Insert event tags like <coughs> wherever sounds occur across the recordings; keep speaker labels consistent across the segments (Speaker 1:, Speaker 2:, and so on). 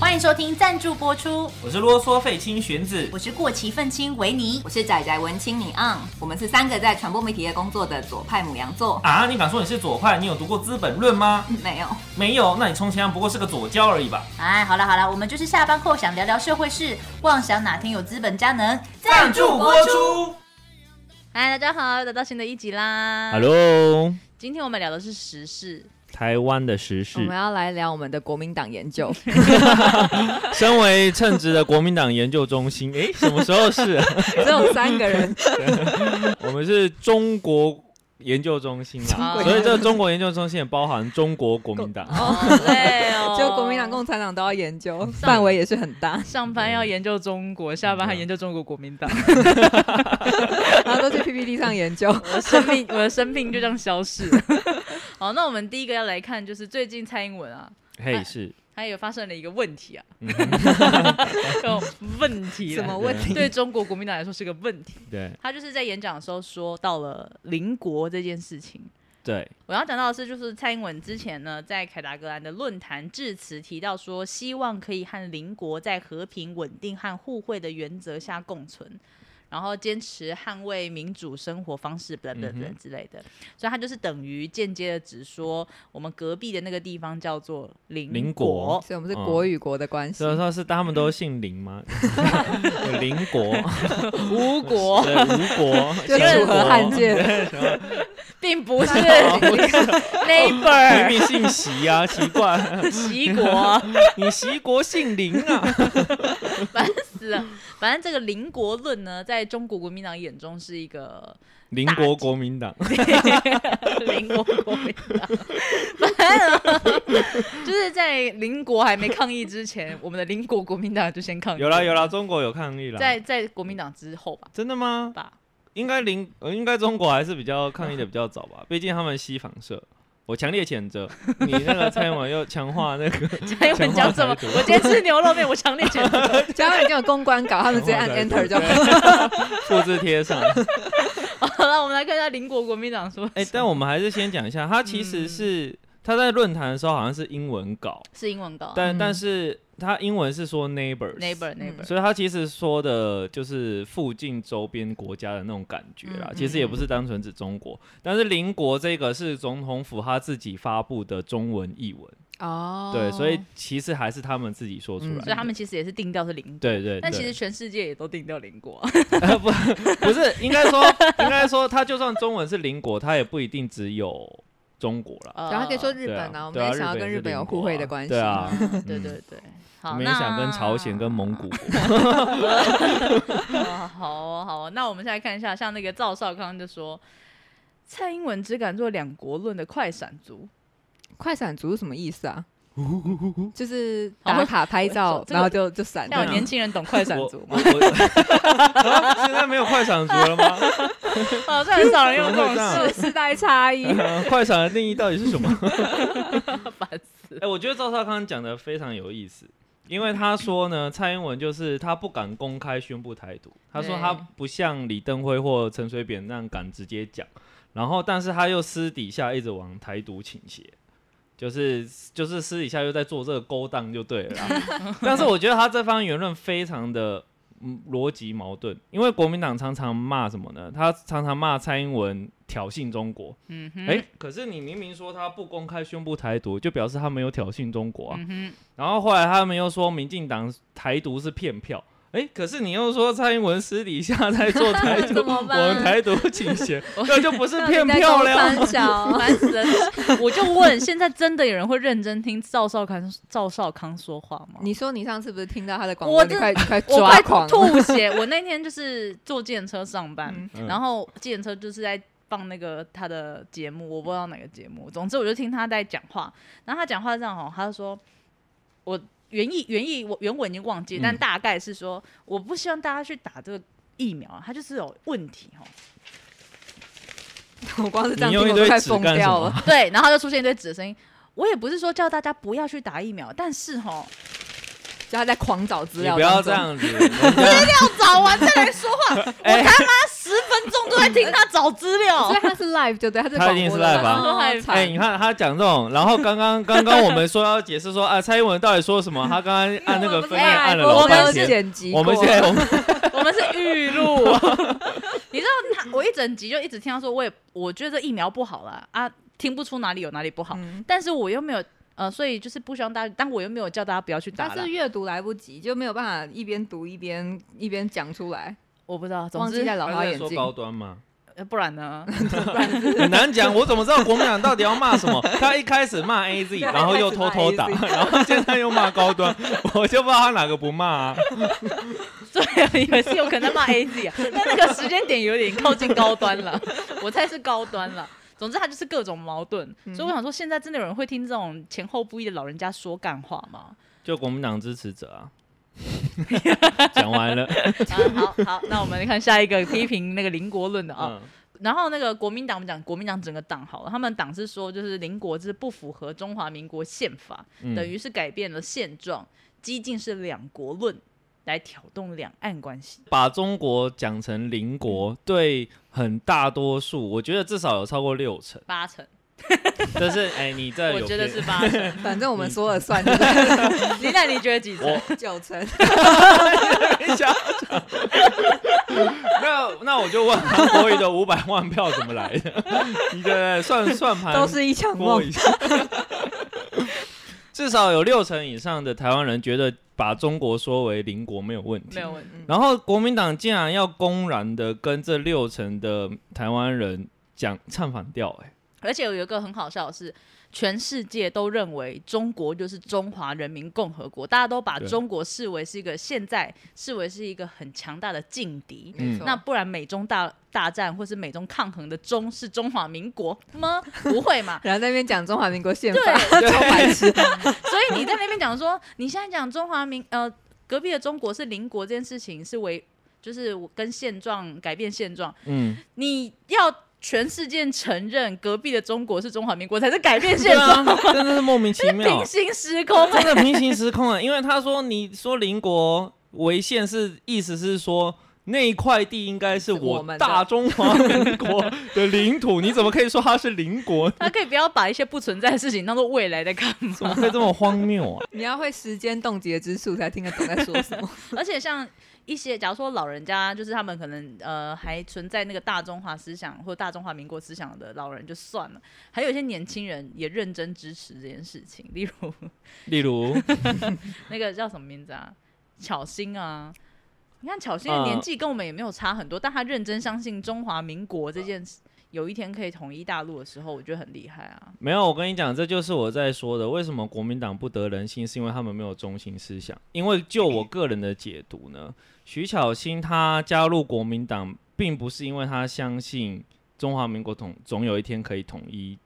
Speaker 1: 欢迎收听赞助播出，
Speaker 2: 我是啰嗦费青玄子，
Speaker 1: 我是过期愤青维尼。
Speaker 3: 我是仔仔文青，你昂，我们是三个在传播媒体业工作的左派母羊座。
Speaker 2: 啊，你敢说你是左派？你有读过《资本论》吗？
Speaker 3: 没有，
Speaker 2: 没有，那你充其量不过是个左交而已吧？
Speaker 1: 哎，好了好了，我们就是下班后想聊聊社会事，妄想哪天有资本家能
Speaker 2: 赞助播。出。
Speaker 1: 嗨，大家好，又来到新的一集啦。
Speaker 2: Hello，
Speaker 1: 今天我们聊的是时事，
Speaker 2: 台湾的时
Speaker 3: 我
Speaker 4: 哦
Speaker 2: 事
Speaker 3: 们。要来聊我们的国民党研究。 <laughs>
Speaker 2: 身为称职的国民党研究中心，诶，什么时候是、
Speaker 3: 只有三个人，
Speaker 2: 我们是中国研究中心啊，
Speaker 3: 国
Speaker 2: 所以这个中国研究中心也包含中国国民党。
Speaker 1: 哦好累
Speaker 5: <laughs>
Speaker 1: 哦
Speaker 3: 就国民党、共产党都要研究，范围也哦是很大，
Speaker 5: 上班要研究中国，下班还研究中国国民党。
Speaker 3: 然后都去 PPT 上研 <laughs> 究。
Speaker 5: 我的生命，我的生命就这样消逝 <laughs> 了。好，那我们第一个要来看，就是最近蔡英文啊，
Speaker 2: 嘿，是，
Speaker 5: 她也发生了一个问题 <laughs> 啊，
Speaker 2: 嗯哼
Speaker 5: 叫问题
Speaker 3: 什么
Speaker 5: 啦。
Speaker 3: 问题？
Speaker 5: 对中国国民党来说是个问题。
Speaker 2: 对
Speaker 5: 他就是在演讲的时候说到了邻国这件事情。
Speaker 2: 对，
Speaker 5: 我要讲到的是，就是蔡英文之前呢，在凯达格兰的论坛致辞提到说，希望可以和邻国在和平、稳定和互惠的原则下共存，然后坚持捍卫民主生活方式，等等
Speaker 2: 嗯哼
Speaker 5: 等之类的。所以他就是等于间接的指说，我们隔壁的那个地方叫做邻
Speaker 2: 邻国
Speaker 5: 国。
Speaker 3: 所以我们是国与国的关系
Speaker 2: 所。以说是他们都姓林吗？有邻国，
Speaker 5: 吴
Speaker 4: 哦
Speaker 5: 国，
Speaker 2: 对，吴国，
Speaker 3: 就
Speaker 2: 小
Speaker 3: 楚河
Speaker 2: 国
Speaker 3: 汉界，
Speaker 5: 并
Speaker 2: <laughs>
Speaker 5: 不是
Speaker 2: 不是
Speaker 3: <laughs>
Speaker 2: 明
Speaker 5: neighbor <laughs>
Speaker 2: 明姓席啊，奇怪，
Speaker 5: 齐国。
Speaker 2: 你席国姓林啊？
Speaker 5: 烦死了！反正这个邻国论呢，在中国国民党眼中是一个
Speaker 2: 邻国
Speaker 5: 国
Speaker 2: 国民党， <laughs>
Speaker 5: 邻国国民党。反正呢 <laughs> 就是在邻国还没抗议之前，我们的邻国国民党就先抗议。
Speaker 2: 有啦有啦，，中国有抗议啦。
Speaker 5: 在在国民党之
Speaker 2: <laughs>
Speaker 5: 后吧。
Speaker 2: 真的吗？
Speaker 5: 吧，
Speaker 2: 应该邻，呃应该中国还是比较抗议的比较早吧，毕竟他们西方社。我强烈谴责你那个蔡英文又强化那个 <laughs>
Speaker 5: 蔡英文讲什么？我今天吃牛肉面，我强烈谴责。
Speaker 3: 台湾已经有公关稿，他们直接按 Enter 就好。
Speaker 2: 复制贴上。
Speaker 5: 好了，我们来看一下邻国国民党说
Speaker 2: 哎，但我们还是先讲一下，他其实是他在论坛的时候好像是英文稿，
Speaker 5: 是英文稿
Speaker 2: 但
Speaker 3: 嗯
Speaker 2: 但是他英文是说 neighbors
Speaker 5: ，neighbor neighbor，
Speaker 2: 嗯所以他其实说的就是附近周边国家的那种感觉啦，
Speaker 5: 嗯嗯
Speaker 2: 其实也不是单纯指中国，但是邻国这个是总统府他自己发布的中文译文，
Speaker 3: 哦
Speaker 2: 对，所以其实还是他们自己说出来的，
Speaker 5: 嗯所以他们其实也是定调是邻国，
Speaker 2: 对对对，
Speaker 5: 但其实全世界也都定调邻国。 <laughs>
Speaker 2: 呃、 <laughs> 不不是应该说 <laughs> 应该说他就算中文是邻国，他也不一定只有中国啦。
Speaker 3: 哦然后可以
Speaker 5: <laughs>
Speaker 3: 说日
Speaker 2: 对
Speaker 3: 本
Speaker 2: 啊
Speaker 3: 啊，我
Speaker 2: 对啊
Speaker 3: 们也想要跟日本有互惠的关系。
Speaker 2: 对啊，
Speaker 5: 对
Speaker 2: 嗯
Speaker 5: 对对，
Speaker 2: 你
Speaker 5: 好，
Speaker 2: 们
Speaker 5: 那
Speaker 2: 也想跟朝鲜、跟蒙古国，
Speaker 5: <laughs> 哦好哦好哦，那我们现在看一下，像那个赵少康就说，蔡英文只敢做两国论的快闪族，
Speaker 3: 快闪族是什么意思 <laughs> 啊？就是打
Speaker 5: 哦
Speaker 3: 卡拍照
Speaker 5: 我，这个
Speaker 3: 然后就就闪这
Speaker 5: 像有
Speaker 3: 样。
Speaker 5: 年轻人懂 <laughs> 快闪
Speaker 2: 我
Speaker 5: <laughs> 族
Speaker 2: 我
Speaker 5: 吗？
Speaker 2: 我啊 <laughs> 现在没有快闪族了吗？
Speaker 5: 好像很少人用哦这种
Speaker 2: 怎么
Speaker 5: 事，
Speaker 2: 会
Speaker 3: 世代差异
Speaker 2: 呃 <laughs> 快闪的定义到底是什么？
Speaker 5: <laughs> 烦死
Speaker 2: 哎、。我觉得赵少康讲的非常有意思，因为他说
Speaker 5: <laughs>
Speaker 2: 呢，蔡英文就是他不敢公开宣布台独，他说
Speaker 5: 对
Speaker 2: 他不像李登辉或陈水扁那样敢直接讲，然后但是他又私底下一直往台独倾斜。就是就是私底下又在做这个勾当就对了
Speaker 5: <laughs>
Speaker 2: 啦但是我觉得他这番言论非常的嗯逻辑矛盾，因为国民党常常骂什么呢？他常常骂蔡英文挑衅中国，
Speaker 5: 嗯哼，
Speaker 2: 哎、可是你明明说他不公开宣布台独，就表示他没有挑衅中国啊。
Speaker 5: 嗯哼，
Speaker 2: 然后后来他们又说民进党台独是骗票，哎、可是你又说蔡英文私底下在做台独，
Speaker 5: <laughs> 怎么
Speaker 2: 我
Speaker 5: 办
Speaker 2: 们台独倾
Speaker 5: <laughs>
Speaker 2: 斜，那就不是骗票
Speaker 5: 嗯
Speaker 2: 了。
Speaker 3: 三小，
Speaker 5: 烦死了！我就问，现在真的有人会认真听赵少康赵少康说话吗？
Speaker 3: <laughs> 你说你上次不是听到他的广
Speaker 5: 我
Speaker 3: 播，你
Speaker 5: 真
Speaker 3: 快你快
Speaker 5: 我
Speaker 3: 抓
Speaker 5: 快
Speaker 3: 狂了。
Speaker 5: 吐血！我那天就是坐计程车上班，
Speaker 2: 嗯
Speaker 5: 然后计程车就是在放那个他的节目，我不知道哪个节目。总之我就听他在讲话，然后他讲话这样哦，他就说，我原意原意我原文已经忘记，但
Speaker 2: 嗯
Speaker 5: 大概是说，我不希望大家去打这个疫苗，啊，它就是有问题哦。 <laughs>
Speaker 3: 我光是这样
Speaker 2: 你
Speaker 3: 听
Speaker 2: 用一
Speaker 3: 我都
Speaker 2: 堆
Speaker 3: 快
Speaker 2: 纸
Speaker 3: 疯
Speaker 2: 干什
Speaker 3: 掉
Speaker 2: 么
Speaker 3: 了。？
Speaker 5: 对，然后就出现一堆纸的声音。我也不是说叫大家不要去打疫苗，但是哦 <laughs> 吼，
Speaker 3: 就他在狂找资
Speaker 2: 你
Speaker 3: 料，
Speaker 5: <laughs>
Speaker 2: 不要这。样子，人家
Speaker 5: 要找完再来说话，我
Speaker 2: 哎
Speaker 5: 他妈十分钟都在听他找资料
Speaker 4: 所以。他是 live 就对，他是
Speaker 2: 他一定
Speaker 4: 广播
Speaker 2: 是
Speaker 4: 的
Speaker 2: live 啊
Speaker 4: 哦
Speaker 5: 哎
Speaker 2: 哎、
Speaker 4: 惨
Speaker 2: 你看他讲这种，然后刚刚刚刚我们说要解释说啊，蔡英文到底说什么？他刚刚按那
Speaker 5: <laughs>
Speaker 2: 个分页
Speaker 4: 哎
Speaker 2: 按了
Speaker 4: 我
Speaker 2: 老
Speaker 4: 们
Speaker 2: 半
Speaker 4: 有
Speaker 2: 天。
Speaker 4: 剪辑过，
Speaker 2: 我们现在我们
Speaker 5: 我们是预 <laughs> 录。你知道他，我一整集就一直听他说，我也我觉得疫苗不好啦，啊，听不出哪里有哪里不好，
Speaker 4: 嗯
Speaker 5: 但是我又没有呃，所以就是不希望大家，但我又没有叫大家不要去打
Speaker 4: 他
Speaker 5: 了
Speaker 4: 是。阅读来不及，就没有办法一边读一边一边讲出来，
Speaker 5: 我不知道，总
Speaker 4: 忘
Speaker 5: 之
Speaker 4: 记戴老花
Speaker 2: 他在
Speaker 4: 眼
Speaker 2: 说
Speaker 4: 镜。
Speaker 2: 高端嘛，
Speaker 5: 呃不然呢？
Speaker 2: 很难讲。我怎么知道国民党到底要骂什么？他一开始骂 <laughs> AZ，然后又偷偷打，然后现在又骂高端，我就不知道他哪个不骂啊。
Speaker 5: <laughs> 对，也是有可能在骂 AZ 啊， <laughs> 但那个时间点有点靠近高端了，我猜是高端了。总之，他就是各种矛盾，所以我想说，现在真的有人会听这种前后不一的老人家说干话吗？
Speaker 2: <laughs> 就国民党支持者 <laughs> 啊。讲完了，
Speaker 5: 啊，好
Speaker 2: <laughs>
Speaker 5: 好，那我们看下一 <laughs> 个批评那个邻国论的啊。
Speaker 2: 嗯，
Speaker 5: 然后那个国民党，我们讲国民党整个党好了，他们党是说就是邻国是不符合中华民国宪法，
Speaker 2: 嗯
Speaker 5: 等于是改变了现状，激进是两国论来挑动两岸关系。
Speaker 2: 嗯把中国讲成邻国，对很大多数，我觉得至少有超过六成。
Speaker 5: 八成，
Speaker 2: 但是，哎、你这 <laughs>
Speaker 5: 我
Speaker 2: 有
Speaker 5: 觉得
Speaker 2: 偏
Speaker 5: 是八成。
Speaker 4: <laughs> 反正我
Speaker 2: 嗯
Speaker 4: 们说了算，对不
Speaker 5: 李娜，你觉得几成？
Speaker 4: 对九
Speaker 2: <laughs>
Speaker 4: 成。
Speaker 2: 等一 <laughs> 下，那那我就问韩国瑜的五百万票怎么来的？ <laughs> 你的算算盘
Speaker 4: 都是一
Speaker 2: <laughs>
Speaker 4: 场
Speaker 2: 摸
Speaker 4: 梦
Speaker 2: 一。下。至少有六成以上的台湾人觉得把中国说为邻国没有问题
Speaker 5: 没。有问题。
Speaker 2: 然后国民党竟然要公然的跟这六成的台湾人讲唱反调、哎，
Speaker 5: 而且有一个很好笑的是，全世界都认为中国就是中华人民共和国，大家都把
Speaker 2: 对
Speaker 5: 中国视为是一个现在视为是一个很强大的劲敌。
Speaker 2: 嗯
Speaker 4: 没错，？
Speaker 5: 那不然美中大大战或是美中抗衡的中是中华民国吗？不会嘛
Speaker 4: 然后在那边讲中华民国宪
Speaker 5: 对
Speaker 4: 法， <laughs> 超白痴。
Speaker 5: 所以你在那边讲说，你现在讲中华民呃隔壁的中国是邻国这件事情是为就是跟现状改变现状，
Speaker 2: 嗯，
Speaker 5: 你要全世界承认隔壁的中国是中华民国才是改变现
Speaker 2: 对 <laughs>
Speaker 5: 状
Speaker 2: 啊，真的是莫名其妙
Speaker 5: <laughs> 平，行时空
Speaker 2: 真的平行时空啊！因为他说你说邻国违宪是意思是说。那一块地应该是
Speaker 4: 是我
Speaker 2: 我
Speaker 4: 们的
Speaker 2: 大中华民国的领土，你怎么可以说它是邻国？
Speaker 5: 他可以不要把一些不存在的事情当做未来在看
Speaker 2: 怎么
Speaker 5: 吗？
Speaker 2: 会这么荒谬啊？ <laughs>
Speaker 4: 你要会时间冻结之术才听得懂在说什么。
Speaker 5: 而且像一些，假如说老人家，就是他们可能呃还存在那个大中华思想或大中华民国思想的老人就算了，还有一些年轻人也认真支持这件事情，例如
Speaker 2: 例如，
Speaker 5: 那个叫什么名字啊，巧心啊。你看巧心的
Speaker 2: 嗯
Speaker 5: 年纪跟我们也没有差很多，但他认真相信中华民国这件事，有一天可以统一大陆的时候，我觉得很厉害啊。
Speaker 2: 没有，我跟你讲，这就是我在说的，为什么国民党不得人心，是因为他们没有中心思想。因为就我个人的解读呢，徐巧芯她加入国民党，并不是因为她相信中华民国统总有一天可以统一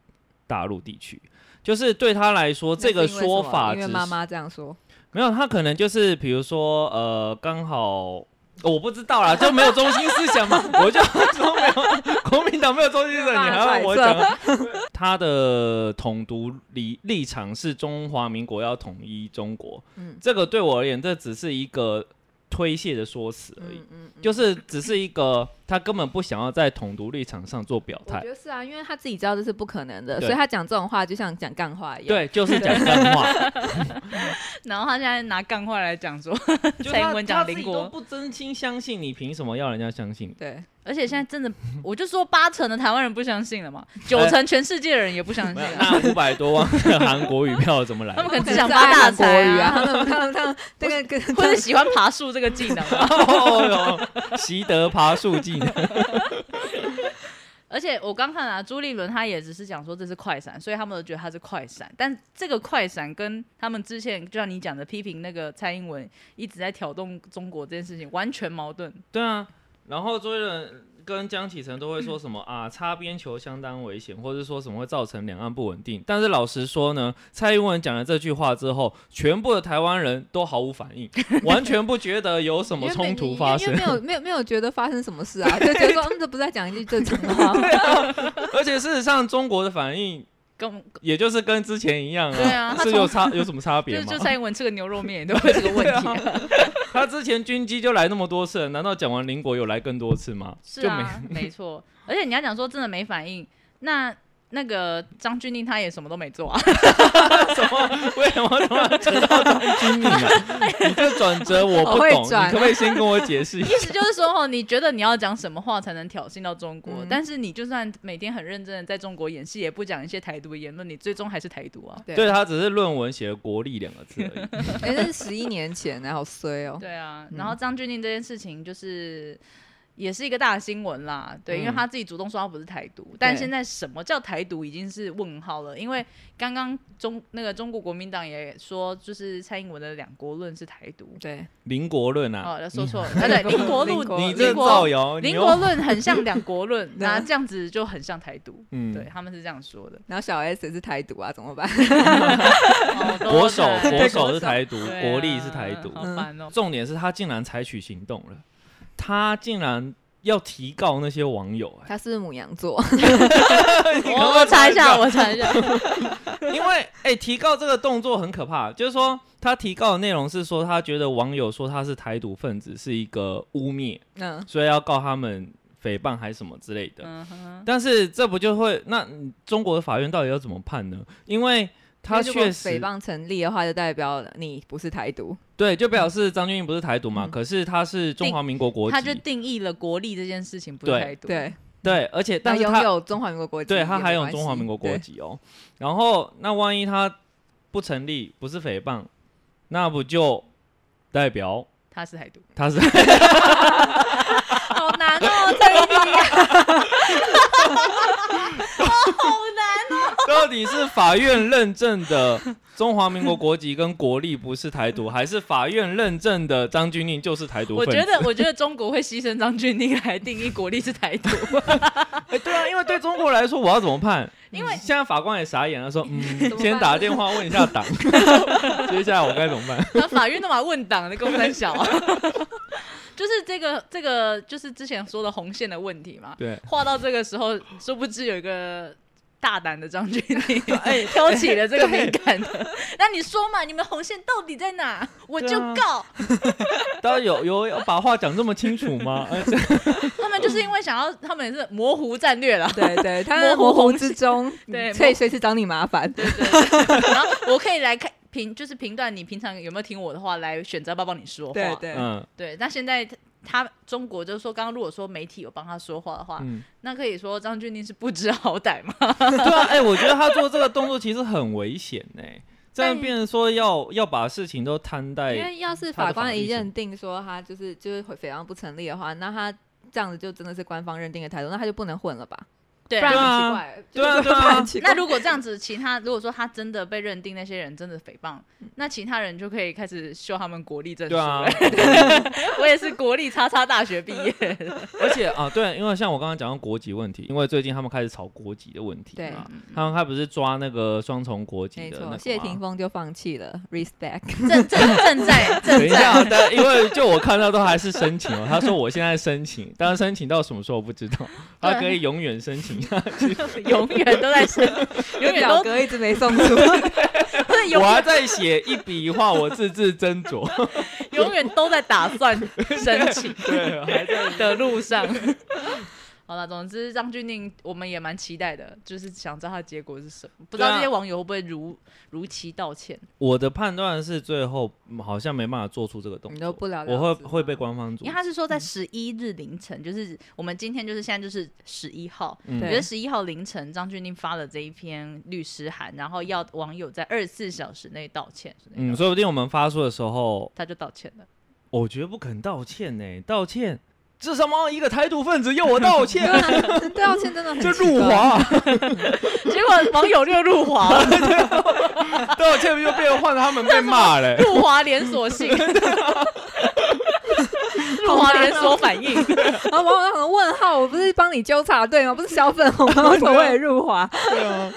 Speaker 2: 大陆地区，就是对她来说，这个说法
Speaker 4: 因
Speaker 2: 只
Speaker 4: 为
Speaker 2: 是
Speaker 4: 妈妈这样说，
Speaker 2: 没有，她可能就是比如说，呃，刚好。哦我不知道啦，就没有中心思想
Speaker 4: <laughs>
Speaker 2: 嘛，我就说没有国民党没有中心思想，你还要
Speaker 4: <laughs>
Speaker 2: 我讲？
Speaker 4: 啊
Speaker 2: 他的统独立立场是中华民国要统一中国，
Speaker 4: 嗯
Speaker 2: 这个对我而言，这只是一个推卸的说辞而已，
Speaker 4: 嗯嗯，嗯
Speaker 2: 就是只是一个他根本不想要在统独立场上做表
Speaker 4: 我
Speaker 2: 态
Speaker 4: 觉，得是啊，因为他自己知道这是不可能的，
Speaker 2: 对
Speaker 4: 所以他讲这种话就像讲干话一样。
Speaker 2: 对，就是讲干话，
Speaker 5: <laughs>
Speaker 4: <laughs>
Speaker 5: 然后他现在拿干话来讲说，
Speaker 2: 就
Speaker 5: 蔡英
Speaker 2: 他
Speaker 5: 文
Speaker 2: 他
Speaker 5: 讲
Speaker 2: 自己
Speaker 5: 邻
Speaker 2: 都
Speaker 5: 国，
Speaker 2: 不真心相信你，凭什么要人家相信你？
Speaker 4: 对
Speaker 5: 而且现在真的，我就说八成的台湾人不相信了 <laughs> 嘛，九成全世界的人也不相信啊
Speaker 2: 没有
Speaker 5: 了， <laughs>
Speaker 2: 那五百多万的韩国语票怎么来
Speaker 5: 他
Speaker 2: 的
Speaker 5: <laughs> 们？可能
Speaker 4: 可
Speaker 5: 只想
Speaker 4: 能是
Speaker 5: 发
Speaker 4: 爱
Speaker 5: 大
Speaker 4: 韩国
Speaker 5: 财
Speaker 4: 语啊，
Speaker 5: 啊，
Speaker 4: <laughs> 他们他们他们这个跟
Speaker 2: <laughs>
Speaker 5: 或者喜欢爬树这个技能啊。
Speaker 2: 哦哟，习得爬树技能，
Speaker 5: 而且我刚看啊，朱立伦他也只是讲说这是快闪，所以他们都觉得他是快闪，但这个快闪跟他们之前就像你讲的批评那个蔡英文一直在挑动中国这件事情完全矛盾。
Speaker 2: 对啊，然后周杰伦跟江启程都会说什 <laughs> 么啊，擦边球相当危险，或者说什么会造成两岸不稳定。但是老实说呢，蔡英文讲了这句话之后，全部的台湾人都毫无反应，完全不觉得有什么冲突发
Speaker 4: 因
Speaker 2: 生
Speaker 4: 为，没有没有没有觉得发生什么事
Speaker 2: <laughs>
Speaker 4: 啊，就觉得说嗯，这不是在讲一句正常的话吗，
Speaker 2: 而且事实上中国的反应
Speaker 5: 跟
Speaker 2: 也就是跟之前一样啊，
Speaker 5: 对啊他
Speaker 2: 是
Speaker 5: 从
Speaker 2: 有差有什么差别
Speaker 5: 就 <laughs>
Speaker 2: 吗
Speaker 5: 就？蔡英文吃个牛肉面也都会有这个问题、啊，
Speaker 2: 他之前军机就来那么多次了，难道讲完邻国有来更多次吗？
Speaker 5: 是
Speaker 2: 就没
Speaker 5: 啊，没错。而且你要讲说真的没反应，那那个张钧甯他也什么都没做啊，
Speaker 2: <laughs> 什么？为什么突然扯到张钧甯
Speaker 5: <laughs>
Speaker 2: 啊？你这转折我不
Speaker 4: 我会
Speaker 2: 懂，你
Speaker 4: 转
Speaker 2: 可不可以先跟我解释一下
Speaker 5: 意？思就是说哦，你觉得你要讲什么话才能挑衅到中国，
Speaker 4: 嗯
Speaker 5: 但是你就算每天很认真的在中国演戏，也不讲一些台独的言论，你最终还是台独啊。
Speaker 4: 对
Speaker 2: 对他只是论文写了“国力”两个字而已。
Speaker 4: 哎，那是十一年前呢，好衰哦。
Speaker 5: 对啊，
Speaker 4: 嗯
Speaker 5: 然后张钧甯这件事情就是。也是一个大新闻啦，对，
Speaker 2: 嗯
Speaker 5: 因为他自己主动说他不是台独，但现在什么叫台独已经是问号了，因为刚刚中那个中国国民党也说，就是蔡英文的两国论是台独，
Speaker 4: 对，
Speaker 2: 邻国论啊，
Speaker 5: 哦，说错
Speaker 2: <laughs>
Speaker 5: 了，啊对，邻国
Speaker 4: 邻
Speaker 5: 论，
Speaker 4: 国
Speaker 2: 你
Speaker 5: 邻
Speaker 2: 这造
Speaker 5: 国
Speaker 2: 谣，你哦
Speaker 5: 邻
Speaker 2: 又
Speaker 5: 国论很像两国
Speaker 2: <laughs>
Speaker 5: 论，
Speaker 4: 对
Speaker 5: 那这样子就很像台独，
Speaker 2: 嗯
Speaker 5: 对，他们是这样说的，
Speaker 4: 然后小 S 也是台独啊，怎么
Speaker 2: <laughs>
Speaker 4: 办？
Speaker 5: 哦都
Speaker 2: 国手
Speaker 5: 对
Speaker 2: 国手是台独，
Speaker 5: 对啊
Speaker 2: 国力是台独。嗯
Speaker 5: 好烦哦，
Speaker 2: 重点是他竟然采取行动了，他竟然要提告那些网友、哎，
Speaker 5: <laughs>
Speaker 4: 他是不是母羊座， <laughs>
Speaker 5: 我我查一下， <laughs> 我查一下，
Speaker 4: <laughs>
Speaker 2: 因为哎、提告这个动作很可怕，就是说他提告的内容是说他觉得网友说他是台独分子是一个污蔑，
Speaker 4: 嗯，
Speaker 2: 所以要告他们诽谤还是什么之类的。
Speaker 5: 嗯哼，
Speaker 2: 但是这不就会那嗯中国的法院到底要怎么判呢？因为他
Speaker 4: 因为如果
Speaker 2: 确实
Speaker 4: 诽谤成立的话，就代表你不是台独。
Speaker 2: 对，就表示张钧甯不是台独嘛，
Speaker 4: 嗯
Speaker 2: 可是他是中华民国国
Speaker 5: 他就
Speaker 2: 籍，
Speaker 5: 定义了国力这件事情不是
Speaker 2: 对
Speaker 5: 台独，
Speaker 4: 对，
Speaker 2: 对，而且
Speaker 4: 他
Speaker 2: 但是
Speaker 4: 拥
Speaker 2: 他
Speaker 4: 有中华民国国籍，
Speaker 2: 对他还
Speaker 4: 有
Speaker 2: 有
Speaker 4: 关系
Speaker 2: 中华民国国，籍哦。然后那万一他不成立，不是诽谤，那不就代表
Speaker 5: 他是台独，
Speaker 2: 他是
Speaker 5: 好难哦，这
Speaker 2: <laughs>
Speaker 5: 一题
Speaker 2: <laughs> 到底是法院认证的中华民国国籍跟国力不是台独，还是法院认证的张钧甯就是台独
Speaker 5: 我
Speaker 2: 分
Speaker 5: 觉
Speaker 2: 子？
Speaker 5: 得我觉得中国会牺牲张钧甯来定义国力是台
Speaker 2: <laughs>
Speaker 5: 独，
Speaker 2: 哎，对啊，因为对中国来说，我要怎么判？
Speaker 5: 因为
Speaker 2: 现在法官也傻眼了，说
Speaker 4: 么
Speaker 2: 嗯，
Speaker 4: 办
Speaker 2: 先打电话问一下党，接下来我该怎么办？
Speaker 5: 那呃法院都把问党的公分小啊， <laughs> 就是这个这个就是之前说的红线的问题嘛。
Speaker 2: 对，
Speaker 5: 画到这个时候，殊不知有一个大胆的张钧甯挑起了这个敏感的。 <laughs> 那你说嘛，你们红线到底在哪？我就告、
Speaker 2: 当然有有有把话讲这么清楚吗？ <laughs> 哎这
Speaker 5: 他们，就是因为想要，他们也是模糊战略啦。
Speaker 4: <laughs> 对对对，他在
Speaker 5: 模糊
Speaker 4: 模糊
Speaker 5: 红
Speaker 4: 之中， <laughs>
Speaker 5: 对
Speaker 4: 可以随时找你麻烦。 <laughs>
Speaker 5: 对对对， <laughs> 然后我可以来看评，就是评断你平常有没有听我的话，来选择要不要帮你说话。
Speaker 4: 对对，
Speaker 2: 嗯
Speaker 5: 对，那现在他他中国就是说，刚刚如果说媒体有帮他说话的话，
Speaker 2: 嗯，
Speaker 5: 那可以说张钧甯是不知好歹
Speaker 2: <laughs>
Speaker 5: 吗？
Speaker 2: 对啊，哎，我觉得他做这个动作其实很危险呢，这样变成说要要把事情都摊
Speaker 4: 因
Speaker 2: 在，
Speaker 4: 为要是
Speaker 2: 哎他的
Speaker 4: 法官
Speaker 2: 法律
Speaker 4: 一
Speaker 2: 是
Speaker 4: 认定说他就是就是诽谤不成立的话，那他这样子就真的是官方认定的态度，那他就不能混了吧？
Speaker 5: 对
Speaker 4: 不然
Speaker 2: 对啊
Speaker 4: 很奇怪。
Speaker 2: 对啊
Speaker 4: 就是不然很奇怪 <laughs>
Speaker 5: 那如果这样子，其他如果说他真的被认定那些人真的诽谤，那其他人就可以开始秀他们国力证
Speaker 2: 嗯
Speaker 5: 书
Speaker 2: 对啊
Speaker 5: 了。， <laughs> 我也是国立叉叉大学毕业的，
Speaker 2: <laughs> 而且 <laughs> 啊，对，因为像我刚刚讲到国籍问题，因为最近他们开始吵国籍的问题
Speaker 4: 对
Speaker 2: 嘛，他们他不是抓那个双重国籍
Speaker 4: 没
Speaker 2: 的那个啊
Speaker 4: 错，
Speaker 2: 吗
Speaker 4: 谢霆锋就放弃了，respect。
Speaker 5: <laughs>
Speaker 4: <laughs>
Speaker 5: 正正正在
Speaker 2: 等
Speaker 5: 正
Speaker 2: 一下，
Speaker 5: 在。
Speaker 2: 但因为就我看到都还是申请哦，他说我现在申请，但是申请到什么时候我不知道，他可以永远申请下去。
Speaker 5: 永远都
Speaker 2: <laughs>
Speaker 5: 在生，永远
Speaker 4: 表
Speaker 5: 都
Speaker 4: 格一直没送 <laughs> 出，
Speaker 5: 不是
Speaker 2: 我
Speaker 5: 永
Speaker 2: 还在写一笔一画，我字字斟酌。
Speaker 5: 永远都在打算申请
Speaker 2: 对，还在
Speaker 5: 的路上。 <laughs> 好了，总之张钧甯我们也蛮期待的，就是想知道他的结果是什么，不知道
Speaker 2: 对啊
Speaker 5: 这些网友会不会如如期道歉。
Speaker 2: 我的判断是最后嗯好像没办法做出这个动
Speaker 4: 你
Speaker 2: 作
Speaker 4: 都，不了了之
Speaker 2: 我会会被官方阻
Speaker 5: 因为他是说在十一日凌晨，就是我们今天就是现在就是十一号，
Speaker 2: 嗯
Speaker 5: 我
Speaker 4: 对
Speaker 5: 觉得十一号凌晨张钧甯发了这一篇律师函，然后要网友在二十四小时内道歉，
Speaker 2: 嗯，说不定我们发出的时候，
Speaker 5: 他就道歉了。
Speaker 2: 我觉得不肯道歉呢、道歉这什么一个台独分子要我道歉，
Speaker 5: <laughs>
Speaker 2: <laughs>
Speaker 4: 对啊，现在真的很
Speaker 2: 这
Speaker 4: 奇
Speaker 2: 入
Speaker 4: 怪
Speaker 2: 华。
Speaker 5: 结果网友就入华了，
Speaker 2: 道歉又被换他们被骂
Speaker 5: <laughs>
Speaker 2: 嘞、
Speaker 5: 入华连锁性，入华连锁反应。
Speaker 4: 然后网友很问号，我不是帮你纠察队吗？不是小粉红吗？ <laughs> 为什么我也入华？
Speaker 2: 对啊，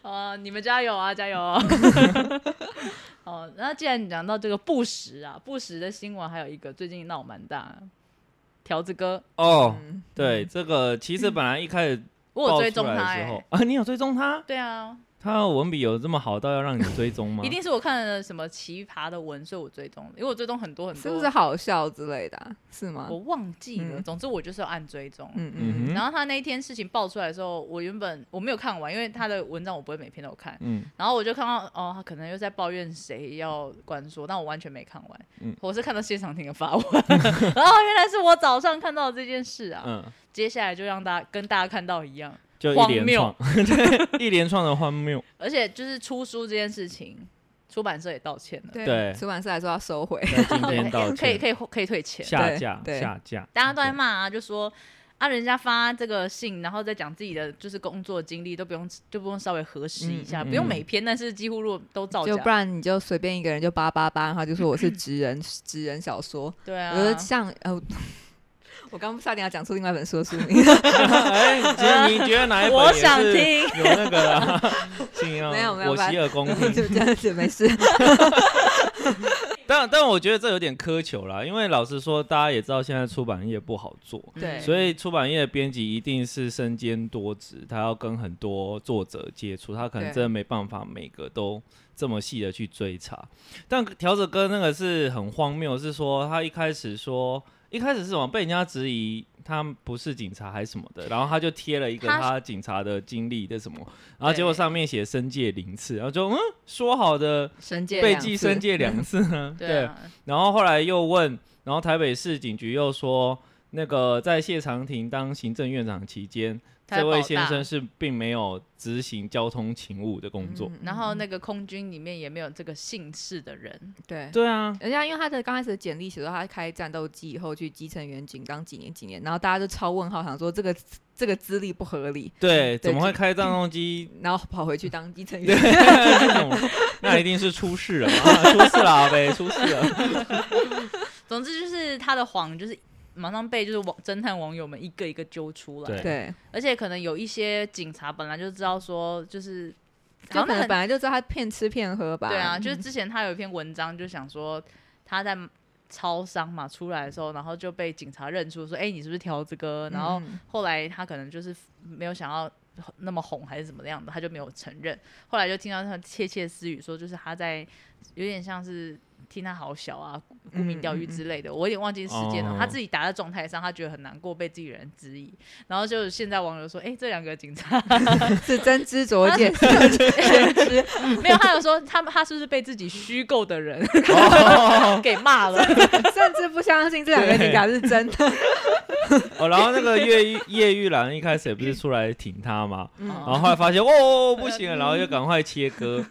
Speaker 5: 呃，你们加油啊，
Speaker 2: <laughs>
Speaker 5: 加油、哦，那既然你讲到这个不实啊，不实的新闻还有一个最近闹蛮大，条子哥，
Speaker 2: 哦，
Speaker 4: 嗯
Speaker 2: 对，这个其实本来一开始
Speaker 5: 我有
Speaker 2: 爆
Speaker 5: 追
Speaker 2: 出
Speaker 5: 踪
Speaker 2: 来
Speaker 5: 他、
Speaker 2: 的时
Speaker 5: 欸
Speaker 2: 候，啊，你有追踪他？
Speaker 5: 对啊，
Speaker 2: 他的文笔有这么好到要让你追踪吗？
Speaker 5: <laughs> 一定是我看了什么奇葩的文，所以我追踪，因为我追踪很多很多，
Speaker 4: 是不是好笑之类的啊、是吗
Speaker 5: 我？忘记了。
Speaker 4: 嗯
Speaker 5: 总之我就是要按追踪。
Speaker 4: 嗯嗯
Speaker 2: 嗯
Speaker 5: 然
Speaker 2: 哼，
Speaker 5: 后他那一天事情爆出来的时候，我原本我没有看完，因为他的文章我不会每篇都看。
Speaker 2: 嗯，
Speaker 5: 然后我就看到哦，他可能又在抱怨谁要关说，但我完全没看完。
Speaker 2: 嗯
Speaker 5: 我是看到谢长廷的发文， <laughs> 然后原来是我早上看到的这件事啊。
Speaker 2: 嗯，
Speaker 5: 接下来就让大家跟大家看到一样，
Speaker 2: 就一
Speaker 5: 荒
Speaker 2: 连
Speaker 5: 谬
Speaker 2: 串， <laughs> 对，一连串的荒
Speaker 5: <laughs>
Speaker 2: 谬。
Speaker 5: 而且就是出书这件事情，出版社也道歉了，
Speaker 2: 对
Speaker 4: 出版社还说要收回，
Speaker 2: 在今天道
Speaker 5: 可以
Speaker 2: 歉，
Speaker 5: 可以可以退钱，
Speaker 2: 下
Speaker 4: 对
Speaker 2: 架
Speaker 4: 对
Speaker 2: 下
Speaker 5: <laughs>
Speaker 2: 架，
Speaker 5: 大家都在骂啊，就说啊，人家发这个信，然后再讲自己的就是工作经历，都不用就不用稍微核实一下，
Speaker 2: 嗯嗯
Speaker 5: 不用每篇，但是几乎如果都造
Speaker 4: 就
Speaker 5: 假，
Speaker 4: 不然你就随便一个人就叭叭叭，然后就说我是职人职人小说，
Speaker 5: 对啊
Speaker 4: 我，就像呃。我刚差点要讲出另外一本书的书名，
Speaker 2: 哎，你觉得你觉得哪一本？
Speaker 5: 我想，听，
Speaker 2: 有那个啦，
Speaker 5: <laughs>
Speaker 2: 信用
Speaker 4: 没有没有
Speaker 2: 我洗耳恭听。
Speaker 4: 就这样子没事。
Speaker 2: 但但我觉得这有点苛求啦，因为老实说，大家也知道现在出版业不好做，
Speaker 5: 对
Speaker 2: 所以出版业的编辑一定是身兼多职，他要跟很多作者接触，他可能
Speaker 4: 对
Speaker 2: 真的没办法每个都这么细的去追查。但调子哥那个是很荒谬，是说他一开始说。一开始是什么被人家质疑他不是警察还是什么的，然后他就贴了一个
Speaker 5: 他
Speaker 2: 他警察的经历的什么，然后结果
Speaker 5: 对
Speaker 2: 上面写申诫零次，然后就嗯说好的
Speaker 4: 神界
Speaker 2: 被记申诫两次呢？
Speaker 5: <laughs> 对啊，
Speaker 2: 然后后来又问，然后台北市警局又说，那个在谢长廷当行政院长期间，
Speaker 5: 他在
Speaker 2: 这
Speaker 5: 保
Speaker 2: 位先
Speaker 5: 大
Speaker 2: 生是并没有执行交通勤务的工
Speaker 4: 嗯
Speaker 2: 作。
Speaker 5: 然后那个空军里面也没有这个姓氏的人，
Speaker 4: 对，
Speaker 2: 对啊，
Speaker 4: 人家因为他的刚开始的简历写说他开战斗机以后去基层远警当几年几年，然后大家就超问号，想说这个这个资历不合理，
Speaker 2: 对，
Speaker 4: 对嗯
Speaker 2: 怎么会
Speaker 4: 就
Speaker 2: 开战斗机？
Speaker 4: 然后跑回去当基层
Speaker 2: 对， <laughs>
Speaker 4: 远警。
Speaker 2: 这种那一定是出事了嘛，出事了啊呗，出事了。
Speaker 5: 总之就是他的谎就是。马上被就是网侦探网友们一个一个揪出来，
Speaker 2: 对
Speaker 4: 对，
Speaker 5: 而且可能有一些警察本来就知道说，就是
Speaker 4: 就
Speaker 5: 好
Speaker 4: 可
Speaker 5: 像
Speaker 4: 能
Speaker 5: 很
Speaker 4: 本来就知道他骗吃骗喝吧。
Speaker 5: 对啊，
Speaker 4: 嗯
Speaker 5: 就是之前他有一篇文章就想说他在超商嘛出来的时候，然后就被警察认出说，哎、你是不是挑这个？然后
Speaker 4: 嗯
Speaker 5: 后来他可能就是没有想要那么红还是怎么样的，他就没有承认。后来就听到他窃窃私语说，就是他在有点像是。听他好小啊，沽名钓誉之类的，我有点忘记时间了。
Speaker 2: 嗯哦
Speaker 5: 他自己打在状态上，他觉得很难过，被自己人质疑。然后就现在网友说，哎、这两个警察 <laughs>
Speaker 4: 是真知灼见，
Speaker 5: 没有，他有说他他是不是被自己虚构的人
Speaker 2: 哦
Speaker 5: <laughs> 给骂
Speaker 2: <laughs>
Speaker 5: 了？
Speaker 4: <laughs> 甚至不相信这两个警察是真的。
Speaker 2: 哦，然后那个叶玉叶玉兰一开始也不是出来挺他嘛，然
Speaker 5: 哦
Speaker 2: 后后来发现哦不行了，然后就赶快切割，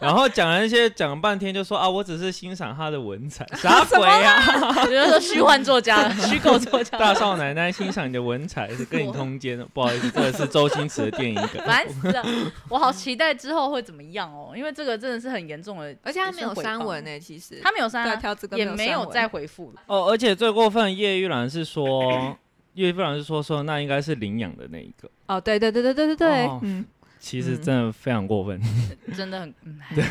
Speaker 2: 然后讲了一些讲了半天就说啊，我只是欣赏他的文采，啥鬼啊？
Speaker 5: 我觉得说虚幻作家、
Speaker 2: <laughs>
Speaker 5: 虚构作
Speaker 2: 大
Speaker 5: 家，
Speaker 2: 少奶奶欣赏你的文采是跟你通奸的，不好意思，这个是周星驰的电影梗。
Speaker 5: 烦死了！我好期待之后会怎么样哦，因为这个真的是很严重的，
Speaker 4: 而且他没有删文
Speaker 5: 呢，
Speaker 4: 呢，其实
Speaker 5: 他没有删
Speaker 4: 对
Speaker 5: 啊，
Speaker 4: 挑这个
Speaker 5: 也
Speaker 4: 有
Speaker 5: 没
Speaker 4: 删
Speaker 5: 有
Speaker 4: 文
Speaker 5: 再回复 <laughs> 了。
Speaker 2: <laughs> 哦，而且最过分，叶玉兰是说， <coughs> 叶玉兰是说说那应该是领养的那一个，
Speaker 4: 哦，对对对对对对对
Speaker 2: 哦，
Speaker 4: 嗯，
Speaker 2: 其实真的非常过分。
Speaker 5: 真的很，
Speaker 4: <laughs>
Speaker 5: 嗯唉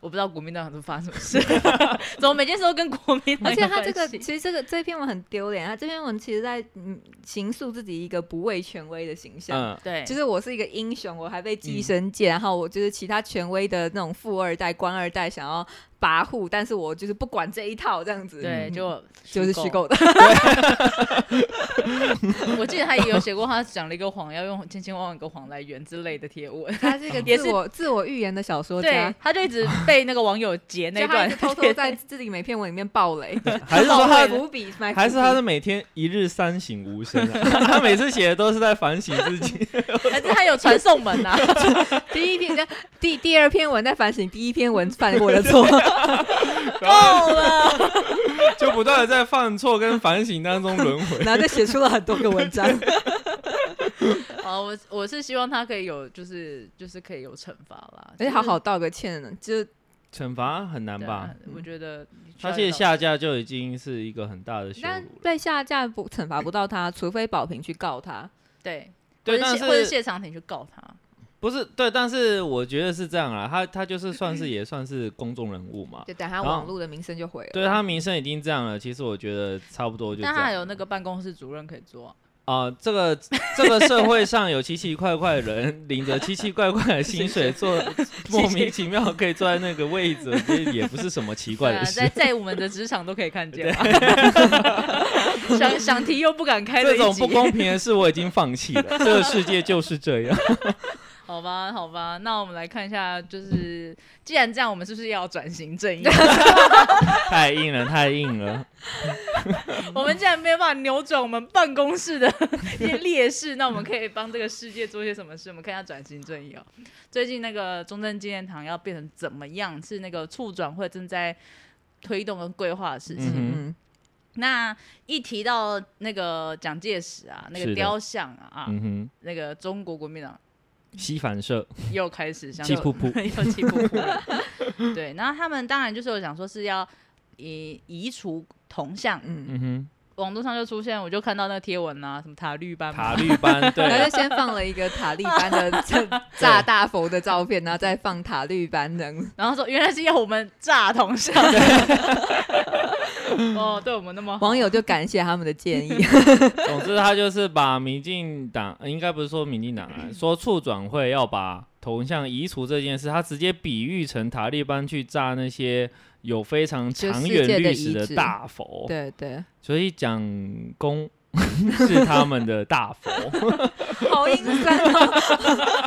Speaker 5: 我不知道国民党都发生什么事， <laughs> 怎么每件事都跟国民党
Speaker 4: 而
Speaker 5: 有
Speaker 4: 且
Speaker 5: 关系？
Speaker 4: 他这个其实这个这篇文很丢脸，他这篇文其实在嗯形塑自己一个不畏权威的形象。
Speaker 2: 嗯，
Speaker 5: 对，
Speaker 4: 就是我是一个英雄，我还被
Speaker 5: 嗯
Speaker 4: 寄生界，然后我就是其他权威的那种富二代、官二代想要跋扈，但是我就是不管这一套，这样子，
Speaker 5: 对，
Speaker 4: 嗯
Speaker 5: 就
Speaker 4: 就是虚。构的，
Speaker 5: 我记得他也有写过，他讲了一个谎，要用千千万万个谎来圆之类的贴文。
Speaker 4: 他是一个
Speaker 5: 也
Speaker 4: 自
Speaker 5: 是
Speaker 4: 我自我预言的
Speaker 5: <laughs>
Speaker 4: 小说家
Speaker 5: 对，，他就一直被那个网友截那
Speaker 4: 就他
Speaker 5: 段
Speaker 4: 一直，偷偷在自己每篇文里面爆雷，
Speaker 2: 嗯还是说他
Speaker 4: 埋。伏笔，埋伏笔
Speaker 2: 还是他是每天一日三省吾身、啊，他每次写的都是在反省自己。
Speaker 5: 还是他有传送门
Speaker 4: <laughs>
Speaker 5: 啊？
Speaker 4: 第一篇跟第第二篇文在反省第一篇文犯过的错，
Speaker 5: 够了，
Speaker 2: 就不断的在犯错跟反省当中轮回。
Speaker 4: 然后就写出了很多个文章。
Speaker 5: 啊，我我是希望他可以有，就是就是可以有惩罚啦，
Speaker 4: 而且好好道个歉呢，就
Speaker 2: 惩罚很难
Speaker 5: 对
Speaker 2: 吧
Speaker 5: 啊？，我觉得
Speaker 2: 他其实下架就已经是一个很大的羞
Speaker 4: 但
Speaker 2: 辱了。
Speaker 4: 被下架不惩罚不到他，除非宝平去告他。
Speaker 5: 对，或
Speaker 2: 对，
Speaker 5: 者
Speaker 2: 但
Speaker 5: 谢或者
Speaker 2: 是
Speaker 5: 谢长廷去告他，
Speaker 2: 不是对？但是我觉得是这样啊啦，他他就是算
Speaker 5: <clears throat>
Speaker 2: 是也算是公众人物嘛，
Speaker 4: 就等他
Speaker 2: 后
Speaker 4: 网络的名声就毁了。
Speaker 2: 对他名声已经这样了，其实我觉得差不多就这
Speaker 5: 但他
Speaker 2: 样。
Speaker 5: 有那个办公室主任可以做啊，
Speaker 2: 啊、这个这个社会上有奇奇怪怪的人，领着 <laughs> 奇奇怪怪的薪水，
Speaker 5: <laughs>
Speaker 2: 坐莫名其妙可以坐在那个位置，这也不是什么奇怪
Speaker 5: 对
Speaker 2: 的
Speaker 5: 啊，
Speaker 2: 事。
Speaker 5: 在在我们的职场都可以看见嘛。啊
Speaker 2: <laughs>
Speaker 5: 想想提又不敢开的
Speaker 2: 这
Speaker 5: 一
Speaker 2: 种
Speaker 5: 集
Speaker 2: 不公平的事我已经放弃了，
Speaker 5: <laughs>
Speaker 2: 这个世界就是这样。
Speaker 5: 好吧，好吧，那我们来看一下，就是既然这样，我们是不是也要转型
Speaker 2: <laughs>
Speaker 5: 正义？
Speaker 2: 太硬了，太硬了。
Speaker 5: 我们既然没有办法扭转我们办公室的 <laughs> 一些劣势，那我们可以帮这个世界做些什么事？我们看一下转型正义哦。最近那个中正纪念堂要变成怎么样？是那个处转会正在推动跟规划的事情。
Speaker 2: 嗯
Speaker 4: 嗯，
Speaker 5: 那一提到那个蒋介石啊，那
Speaker 2: 是
Speaker 5: 个
Speaker 2: 的
Speaker 5: 雕像啊，啊，
Speaker 2: 嗯
Speaker 5: 那个中国国民党
Speaker 2: 哼，西反射，
Speaker 5: 又开始像
Speaker 2: 气噗噗
Speaker 5: <laughs> 又气噗噗了。对，然后他们当然就是有想说是要移移除铜像，
Speaker 4: 嗯，
Speaker 2: 嗯
Speaker 5: 网络上就出现，我就看到那个贴文啊，什么塔绿班
Speaker 2: 哼，
Speaker 5: 嘛
Speaker 2: 塔绿班，
Speaker 5: <laughs>
Speaker 4: 然后
Speaker 2: 对
Speaker 4: 就先放了一个塔利班的炸炸大佛的照片，然后再放塔利班的。
Speaker 5: 然后说原来是要我们炸
Speaker 2: <laughs>
Speaker 5: 铜像，哦，对我们那么好
Speaker 4: 网友就感谢他们的建议，
Speaker 2: <laughs> 总之，他就是把民进党，呃应该不是说民进党啊，
Speaker 4: 嗯
Speaker 2: 说促转会要把铜像移除这件事，他直接比喻成塔利班去炸那些有非常长
Speaker 4: 就世界
Speaker 2: 远
Speaker 4: 的
Speaker 2: 历史
Speaker 4: 遗
Speaker 2: 的
Speaker 4: 址
Speaker 2: 大佛，
Speaker 4: 对对，
Speaker 2: 所以蒋公 <laughs> 是他们的大佛。
Speaker 4: 好阴酸哦。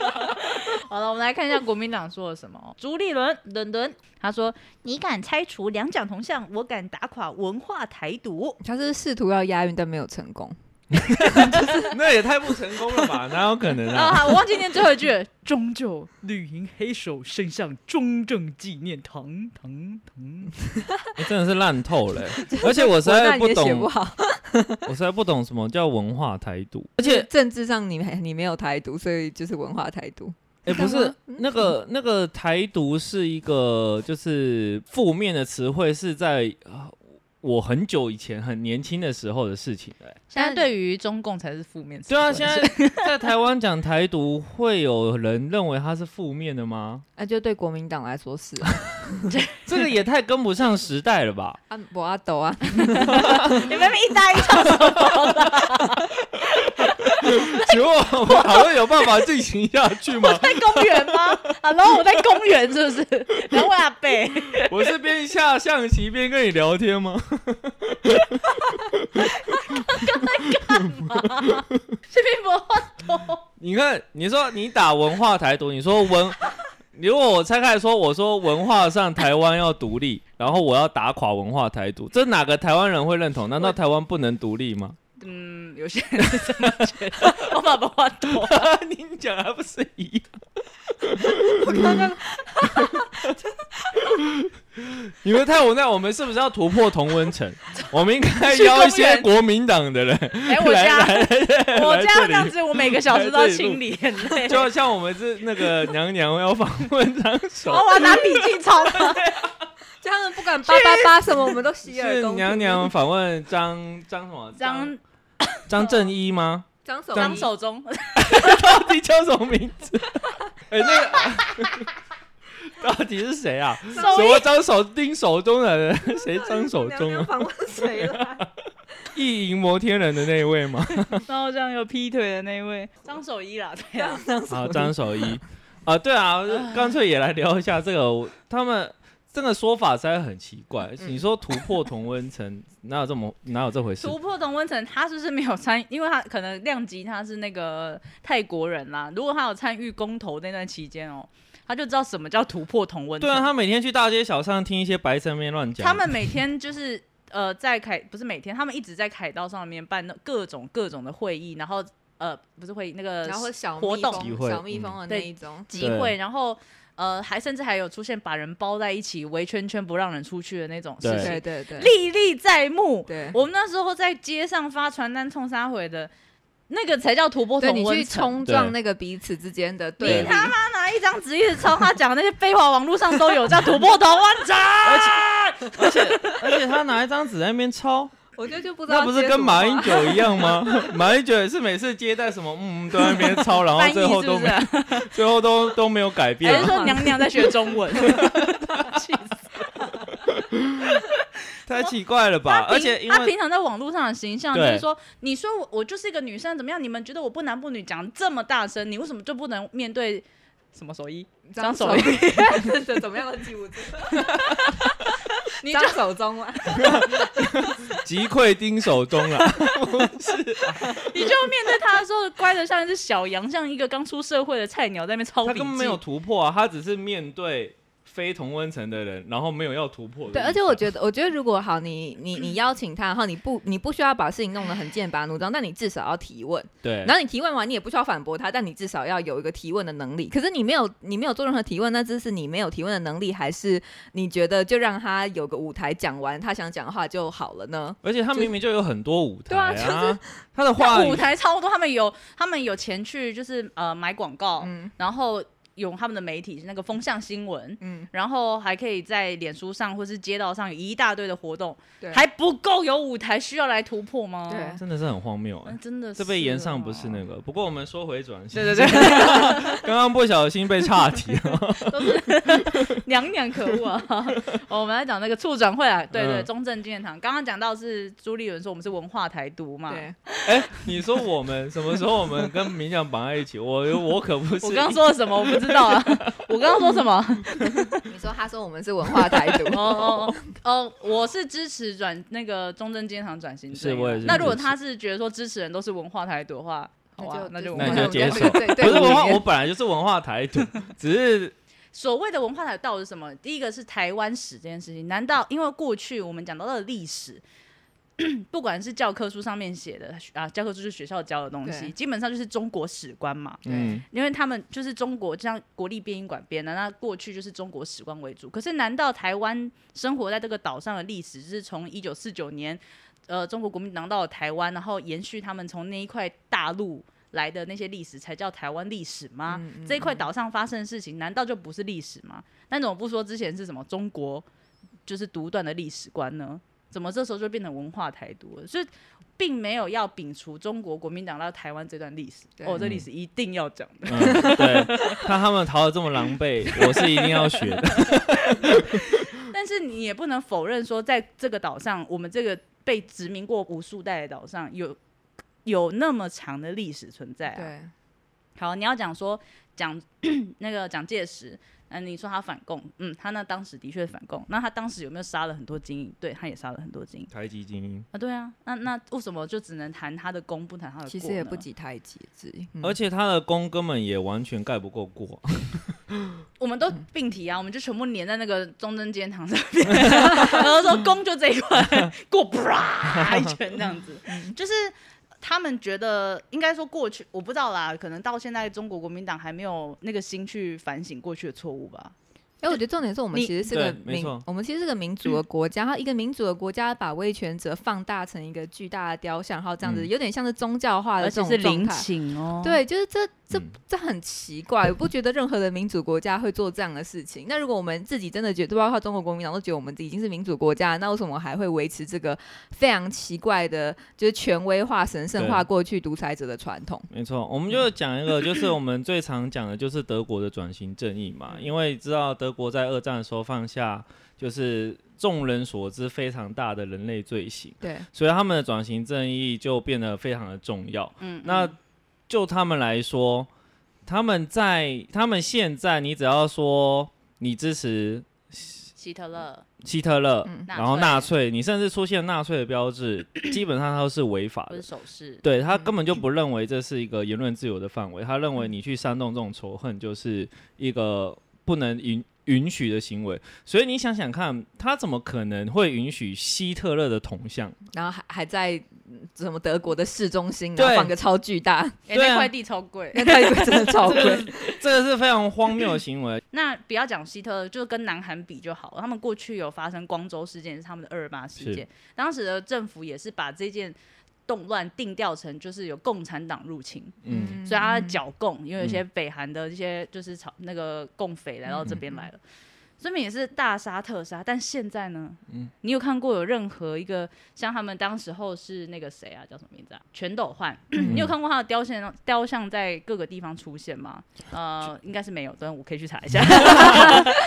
Speaker 5: 好了，我们来看一下国民党说了什么哦。朱立伦，伦伦，他说：“你敢拆除两蒋铜像，我敢打垮文化台独。
Speaker 4: 他是试图要押韵，但没有成功。
Speaker 2: <laughs> 那也太不成功了 <laughs> 吧？哪有可能啊？
Speaker 5: <laughs> 啊，我忘记念最后一句了， <laughs> 终究绿营黑手伸向中正纪念堂，堂堂。
Speaker 2: 欸真的是烂透了
Speaker 4: <laughs>
Speaker 2: 欸、而且我实在
Speaker 4: 文案
Speaker 2: 不
Speaker 4: 也写
Speaker 2: 懂，
Speaker 4: 不好，
Speaker 2: 我实在不懂什么叫文化台独。
Speaker 4: 嗯
Speaker 2: 而且，
Speaker 4: 政治上你没你没有台独，所以就是文化台独。
Speaker 2: 哎、不是那个那个台独是一个就是负面的词汇，是在、呃我很久以前很年轻的时候的事情了欸、
Speaker 5: 现在对于中共才是负面词
Speaker 2: 对
Speaker 5: 汇。
Speaker 2: 啊，现在 <laughs> 在台湾讲台独，会有人认为它是负面的吗？
Speaker 4: 那、啊就对国民党来说是啊，
Speaker 2: 这个也太跟不上时代了 <laughs> 吧？
Speaker 4: 啊，我阿斗啊，
Speaker 5: <laughs> 你们一搭一唱，
Speaker 2: 请问我们讨论有办法进行下去吗？
Speaker 5: 在公园 <laughs> 吗？啊，然后我在公园是不是？ <laughs> 然后我阿贝，
Speaker 2: 我是边下象棋边跟你聊天吗？
Speaker 5: 这边不
Speaker 2: 你看，你说你打文化台独，你说 <laughs> 文，如果我拆开来说，我说文化上台湾要独立，然后我要打垮文化台独，这哪个台湾人会认同？难道台湾不能独立吗？
Speaker 5: 嗯，有些人是这么觉得，我把不话懂。
Speaker 2: <laughs> 你讲还不是一样？
Speaker 4: 我刚刚
Speaker 2: <laughs> 你们太无奈，我们是不是要突破同温 <laughs> 层？我们应该邀一些
Speaker 5: 去
Speaker 2: 国民党的人
Speaker 5: 哎、我
Speaker 2: 来
Speaker 5: 家
Speaker 2: 来，
Speaker 5: 我
Speaker 2: 来
Speaker 5: 家
Speaker 2: 这
Speaker 5: 这样
Speaker 2: 里
Speaker 5: 子，我每个小时都要清理很 <laughs> 累。
Speaker 2: 就像我们是那个娘娘要访问张
Speaker 5: 然
Speaker 2: 手
Speaker 5: 哦后。我要拿笔记抄嘛，
Speaker 4: <laughs> 就他们不管八八八什么，我们都洗耳
Speaker 2: 是
Speaker 4: 恭听。
Speaker 2: 娘娘访问张张什么
Speaker 5: <laughs> 张
Speaker 2: 张正一吗？
Speaker 5: <laughs>
Speaker 4: 张守
Speaker 5: 张手 <laughs> 中，
Speaker 2: 到底叫什么名字？ <laughs> 哎、那个 <laughs> 到底是谁啊？什么张手丁手中的人？谁张手中啊？
Speaker 4: 访问谁
Speaker 2: <laughs>
Speaker 4: 了？
Speaker 2: 意淫摩天人的那一位
Speaker 5: <laughs>
Speaker 2: 吗？
Speaker 5: <laughs> 然后这样有劈腿的那一位张守一啦，对啊，
Speaker 2: 啊，张手一啊，对啊，干脆也来聊一下这个。我他们这个说法实在很奇怪。
Speaker 5: 嗯
Speaker 2: 你说突破同温层， <laughs> 哪有这么哪有这回事？
Speaker 5: 突破同温层，他是不是没有参？因为他可能量级他是那个泰国人啦，如果他有参与公投那段期间哦，他就知道什么叫突破同温层。
Speaker 2: 对啊，他每天去大街小巷听一些白痴面乱讲。
Speaker 5: 他们每天就是呃，在凯不是每天，他们一直在凯道上面办那各种各种的会议，然后呃，不是会议那个
Speaker 4: 然后小
Speaker 5: 活
Speaker 4: 蜜
Speaker 5: 动
Speaker 2: 集
Speaker 4: 蜂，
Speaker 2: 会
Speaker 4: 小蜜蜂的那一种，
Speaker 5: 集
Speaker 2: 对
Speaker 5: 会，然后呃，还甚至还有出现把人包在一起围圈圈不让人出去的那种事
Speaker 2: 对
Speaker 4: 对
Speaker 5: 情，
Speaker 4: 对对
Speaker 5: 历历在目。
Speaker 4: 对。
Speaker 5: 我们那时候在街上发传单冲杀回的，那个才叫突破
Speaker 4: 对
Speaker 5: 同
Speaker 4: 你去
Speaker 5: 温层。
Speaker 4: 冲撞那个彼此之间的对
Speaker 2: 对
Speaker 4: 立，
Speaker 5: 他妈拿一张纸一直抄他讲的那些废话，网络上都有叫突破同温 <laughs> 层。
Speaker 2: 而且他拿一张纸在那边抄。
Speaker 4: 我觉得就不知道
Speaker 2: 那不是
Speaker 4: 接
Speaker 2: 跟
Speaker 4: 什么
Speaker 2: 马英
Speaker 4: 话
Speaker 2: 九一样吗？ <laughs> 马英九也是每次接待什么，嗯，都在那边抄，然后
Speaker 5: 翻译
Speaker 2: 最后
Speaker 5: 是
Speaker 2: 都
Speaker 5: 不是
Speaker 2: 没，
Speaker 5: 啊？
Speaker 2: 最后都都没有改
Speaker 5: 还
Speaker 2: 变
Speaker 5: 是。说娘娘在学中文？气死！
Speaker 2: <laughs> 太奇怪了吧？
Speaker 5: 他
Speaker 2: 啊而
Speaker 5: 平
Speaker 2: 且因
Speaker 5: 他
Speaker 2: 为
Speaker 5: 平常在网络上的形象就
Speaker 2: 对
Speaker 5: 是说，你说我我就是一个女生怎么样？你们觉得我不男不女讲这么大声，你为什么就不能面对什么手艺？张守一，
Speaker 4: <laughs> 这怎么样都记
Speaker 2: <laughs>
Speaker 4: 不住，
Speaker 5: 你就
Speaker 4: 张手中啊，
Speaker 2: 击溃丁守中 <laughs> 啊，
Speaker 5: <laughs> 你就面对他的时候，乖的像一只小羊，像一个刚出社会的菜鸟在那边抄
Speaker 2: 他
Speaker 5: 笔
Speaker 2: 根本
Speaker 5: 记
Speaker 2: 没。有突破啊，他只是面对非同温层的人，然后没有要突破的意思
Speaker 4: 对，
Speaker 2: 啊。
Speaker 4: 而且我觉得，我觉得如果好，你你你邀请他，然后你不你不需要把事情弄得很剑拔弩张，但你至少要提问。
Speaker 2: 对
Speaker 4: 然后你提问完，你也不需要反驳他，但你至少要有一个提问的能力。可是你没有，你没有做任何提问，那这是你没有提问的能力，还是你觉得就让他有个舞台讲完他想讲的话就好了呢？
Speaker 2: 而且他明明就有很多舞台、
Speaker 4: 对啊
Speaker 2: 他的话
Speaker 5: 但
Speaker 2: 语
Speaker 5: 舞台超多，他们有他们有钱去就是呃买广告，
Speaker 4: 嗯
Speaker 5: 然后有他们的媒体那个风向新闻，
Speaker 4: 嗯，
Speaker 5: 然后还可以在脸书上或是街道上有一大堆的活动，
Speaker 4: 对
Speaker 5: 还不够有舞台需要来突破吗？
Speaker 4: 对
Speaker 2: 真的是很荒谬、哎
Speaker 5: 嗯，真的
Speaker 2: 这
Speaker 5: 是
Speaker 2: 被延上
Speaker 5: 哦
Speaker 2: 不是那个，不过我们说回转，
Speaker 5: 对对对，
Speaker 2: <laughs> 刚刚不小心被岔题了。
Speaker 5: <laughs> 娘娘可恶啊！ <laughs> 哦我们来讲那个促转会啊，对对，
Speaker 2: 嗯
Speaker 5: 中正纪念堂。刚刚讲到是朱立伦说我们是文化台独嘛，
Speaker 4: 对，
Speaker 2: 哎、你说我们什么时候我们跟冥想绑在一起？我我可不是，
Speaker 5: <laughs> 我刚刚说了什么我不知道啊， <laughs> 我刚刚说什么？
Speaker 4: 你说他说我们是文化台独， <laughs>
Speaker 5: <laughs> 哦哦哦，我是支持转那个中正纪念堂转型正义啊，
Speaker 2: 是我也是
Speaker 5: 那如果
Speaker 2: 支持
Speaker 5: 他是觉得说支持人都是文化台独的话，好啊，那就
Speaker 2: 那
Speaker 5: 文
Speaker 2: 你就
Speaker 5: 化台独
Speaker 2: 接受
Speaker 4: 对对
Speaker 2: 不是文化，
Speaker 4: 对
Speaker 2: 我本来就是文化台独，只是
Speaker 5: 所谓的文化台到底是什么？第一个是台湾史这件事情，难道因为过去我们讲到的历史， <clears throat> 不管是教科书上面写的啊，教科书是学校教的东西，
Speaker 4: 对
Speaker 5: 基本上就是中国史观嘛。
Speaker 2: 嗯，
Speaker 5: 因为他们就是中国，就像国立编译馆编啊的，那过去就是中国史观为主。可是，难道台湾生活在这个岛上的历史，就是从一九四九年，呃，中国国民党到了台湾，然后延续他们从那一块大陆来的那些历史，才叫台湾历史吗？
Speaker 4: 嗯嗯
Speaker 5: 这一块岛上发生的事情，难道就不是历史吗？但怎么不说之前是什么中国就是独断的历史观呢？怎么这时候就变成文化台独了？所以并没有要摒除中国国民党到台湾这段历史。
Speaker 4: 对
Speaker 5: 哦，这历史一定要讲的。 <laughs>
Speaker 2: 嗯，对，看他们逃的这么狼狈，我是一定要学的。
Speaker 5: 但是你也不能否认说，在这个岛上，我们这个被殖民过无数代的岛上，有有那么长的历史存在、啊。
Speaker 4: 对
Speaker 5: 好，你要讲说讲 <clears throat> 那个蒋介石，嗯、你说他反共，嗯，他那当时的确反共，那他当时有没有杀了很多精英？对，他也杀了很多精英
Speaker 2: 台籍精英，
Speaker 5: 啊，对啊，那那为什么就只能谈他的功，不谈他的过呢？
Speaker 4: 其实也不及太极致，嗯
Speaker 2: 而且他的功根本也完全盖不过过。
Speaker 5: 嗯我们都
Speaker 4: 嗯
Speaker 5: 并提啊，我们就全部粘在那个中正监堂上
Speaker 4: <laughs>
Speaker 5: 面，然后
Speaker 4: 嗯
Speaker 5: 说攻就这一块，过
Speaker 4: <laughs>
Speaker 5: 啪一拳这样子，<laughs>
Speaker 4: 嗯
Speaker 5: 就是。他们觉得应该说过去，我不知道啦，可能到现在中国国民党还没有那个心去反省过去的错误吧。
Speaker 4: 哎，我觉得重点是我们
Speaker 5: 你
Speaker 4: 其实是个
Speaker 2: 对没
Speaker 4: 民
Speaker 2: 错，嗯
Speaker 4: 我们其实是个民主的国家，然后一个民主的国家把威权者放大成一个巨大的雕像，然后这样子
Speaker 2: 嗯
Speaker 4: 有点像是宗教化的
Speaker 5: 而
Speaker 4: 这
Speaker 5: 且
Speaker 4: 种
Speaker 5: 是
Speaker 4: 状
Speaker 5: 陵
Speaker 4: 态。
Speaker 5: 寝哦，，
Speaker 4: 对，就是这这
Speaker 2: 嗯
Speaker 4: 这很奇怪，我不觉得任何的民主国家会做这样的事情。那如果我们自己真的觉得，包括中国国民党都觉得我们已经是民主国家，那为什么还会维持这个非常奇怪的，就是权威化、神圣化
Speaker 2: 对
Speaker 4: 过去独裁者的传统？
Speaker 2: 没错，我们就讲一个，就是我们最常讲的，就是德国的转型正义嘛。
Speaker 5: 嗯
Speaker 2: 因为知道德国在二战的时候放下，就是众人所知非常大的人类罪行，
Speaker 4: 对，
Speaker 2: 所以他们的转型正义就变得非常的重要。
Speaker 5: 嗯，
Speaker 2: 那就他们来说，他们在他们现在，你只要说你支持
Speaker 5: 希特勒，
Speaker 2: 希特勒，
Speaker 4: 嗯
Speaker 5: 纳
Speaker 2: 然后
Speaker 5: 粹
Speaker 2: 纳粹，你甚至出现纳粹的标志，基本上它都是违法
Speaker 5: 不
Speaker 2: 的
Speaker 5: 是。手势，
Speaker 2: 对他根本就不认为这是一个言论自由的范围，他认为你去煽动这种仇恨就是一个不能允允许的行为。所以你想想看，他怎么可能会允许希特勒的铜像？
Speaker 4: 然后还还在嗯什么德国的市中心，然后
Speaker 2: 对
Speaker 4: 放个超巨大，
Speaker 5: 哎，
Speaker 2: 对
Speaker 5: 那
Speaker 2: 啊
Speaker 5: 块地超
Speaker 4: <laughs>
Speaker 5: 贵。
Speaker 4: 那泰国真的
Speaker 2: <laughs>
Speaker 4: 超贵。
Speaker 2: 这个是非常荒谬的行为。
Speaker 5: 那不要讲希特勒，就跟南韩比就好了。他们过去有发生光州事件，是他们的二二八事件，当时的政府也是把这件动乱定调成就是有共产党入侵，
Speaker 2: 嗯，
Speaker 5: 所以他在剿共，因为有些北韩的一些就是朝那个共匪来到这边来了。这边也是大杀特杀，但现在呢，
Speaker 2: 嗯
Speaker 5: 你有看过有任何一个像他们当时候是那个谁啊，叫什么名字啊？全斗焕，
Speaker 2: 嗯
Speaker 5: 你有看过他的雕像雕像在各个地方出现吗？呃，应该是没有，但我可以去查一
Speaker 4: <laughs>
Speaker 5: 下。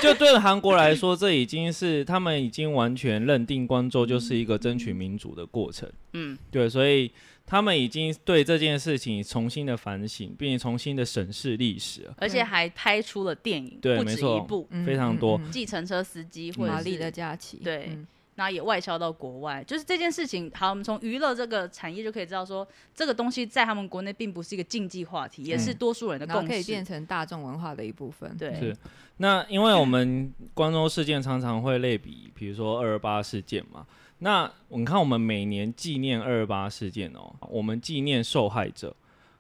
Speaker 2: 就对韩国来说，这已经是他们已经完全认定光州就是一个争取民主的过程。
Speaker 5: 嗯，
Speaker 2: 对，所以他们已经对这件事情重新的反省，并且重新的审视历史了，
Speaker 5: 而且还拍出了电影，
Speaker 2: 对
Speaker 5: 不
Speaker 2: 没
Speaker 5: 止
Speaker 2: 错
Speaker 5: 一部，
Speaker 4: 嗯
Speaker 2: 非常多
Speaker 4: 嗯嗯
Speaker 5: 计程车司机或
Speaker 4: 华
Speaker 5: 者
Speaker 4: 丽
Speaker 5: 是
Speaker 4: 的假期，
Speaker 5: 对
Speaker 4: 嗯
Speaker 5: 然后也外销到国外。就是这件事情，好，我们从娱乐这个产业就可以知道说，这个东西在他们国内并不是一个禁忌话题，也是多数人的
Speaker 4: 然后
Speaker 5: 共
Speaker 4: 可以
Speaker 5: 识。
Speaker 4: 变成大众文化的一部分。
Speaker 5: 对，
Speaker 2: 嗯是那因为我们光州事件常常会类比，比如说二二八事件嘛。那你看，我们每年纪念二二八事件哦，我们纪念受害者，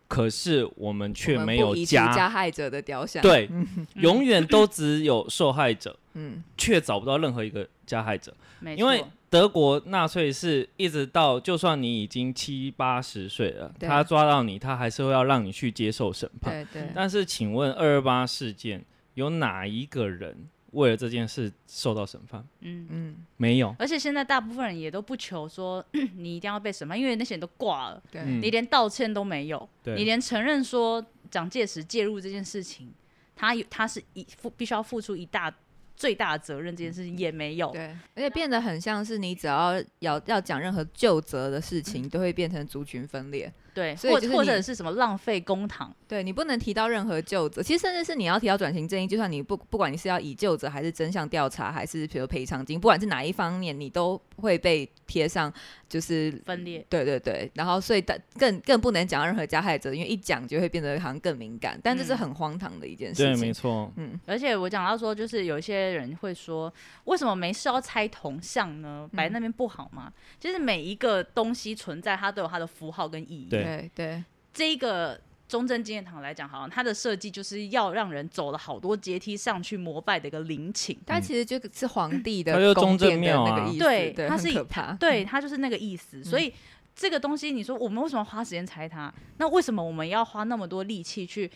Speaker 2: 可是我们却
Speaker 4: 我们
Speaker 2: 没
Speaker 4: 不
Speaker 2: 有
Speaker 4: 移除
Speaker 2: 加，
Speaker 4: 加害者的雕像，， <laughs>
Speaker 2: 对，永远都只有受害者，
Speaker 4: 嗯，
Speaker 2: 却找不到任何一个加害者。
Speaker 5: 没错，
Speaker 2: 因为德国纳粹是一直到，就算你已经七八十岁了，
Speaker 4: 对
Speaker 2: 他抓到你，他还是会要让你去接受审判。
Speaker 4: 对对，
Speaker 2: 但是，请问二二八事件有哪一个人为了这件事受到审判？
Speaker 5: 嗯。
Speaker 4: 嗯，
Speaker 2: 没有。
Speaker 5: 而且现在大部分人也都不求说 <coughs> 你一定要被审判，因为那些人都挂了，
Speaker 4: 对，
Speaker 2: 嗯
Speaker 5: 你连道歉都没有，
Speaker 2: 对
Speaker 5: 你连承认说蒋介石介入这件事情，他有他是一付必须要付出一大最大的责任，这件事情也没有。
Speaker 4: 对，而且变得很像是你只要要要讲任何就责的事
Speaker 2: 嗯
Speaker 4: 情，都会变成族群分裂。
Speaker 5: 对，
Speaker 4: 所以
Speaker 5: 或
Speaker 4: 就是
Speaker 5: 或
Speaker 4: 你
Speaker 5: 者是什么浪费公堂，
Speaker 4: 对你不能提到任何就责，其实甚至是你要提到转型正义，就算你不不管你是要以就责还是真相调查，还是比如赔偿金，不管是哪一方面，你都会被贴上就是
Speaker 5: 分裂。
Speaker 4: 对对对，然后所以但更更不能讲到任何加害者，因为一讲就会变得好像更敏感，但这是
Speaker 5: 嗯
Speaker 4: 很荒唐的一件
Speaker 2: 对
Speaker 4: 事，情。
Speaker 2: 没错。
Speaker 4: 嗯，
Speaker 5: 而且我讲到说，就是有一些人会说，为什么没事要拆铜像呢？摆那边不好吗？就是每一个东西存在，它都有它的符号跟意义。
Speaker 2: 对
Speaker 4: 对对
Speaker 5: 这一个中正纪念堂来讲，好像它的设计就是要让人走了好多阶梯上去膜拜的一个陵寝。
Speaker 4: 它其实就是皇帝
Speaker 2: 它
Speaker 4: 的
Speaker 2: 就
Speaker 4: 宫
Speaker 2: 忠正
Speaker 4: 殿的
Speaker 2: 庙
Speaker 4: 那
Speaker 2: 啊
Speaker 4: 个意思，
Speaker 5: 对
Speaker 4: 对，
Speaker 5: 它
Speaker 4: 很
Speaker 5: 是以
Speaker 4: 可怕，
Speaker 5: 对，它就是那个意思。所以这个东西，你说我们为什么花时间拆它？那为什么我们要花那么多力气去？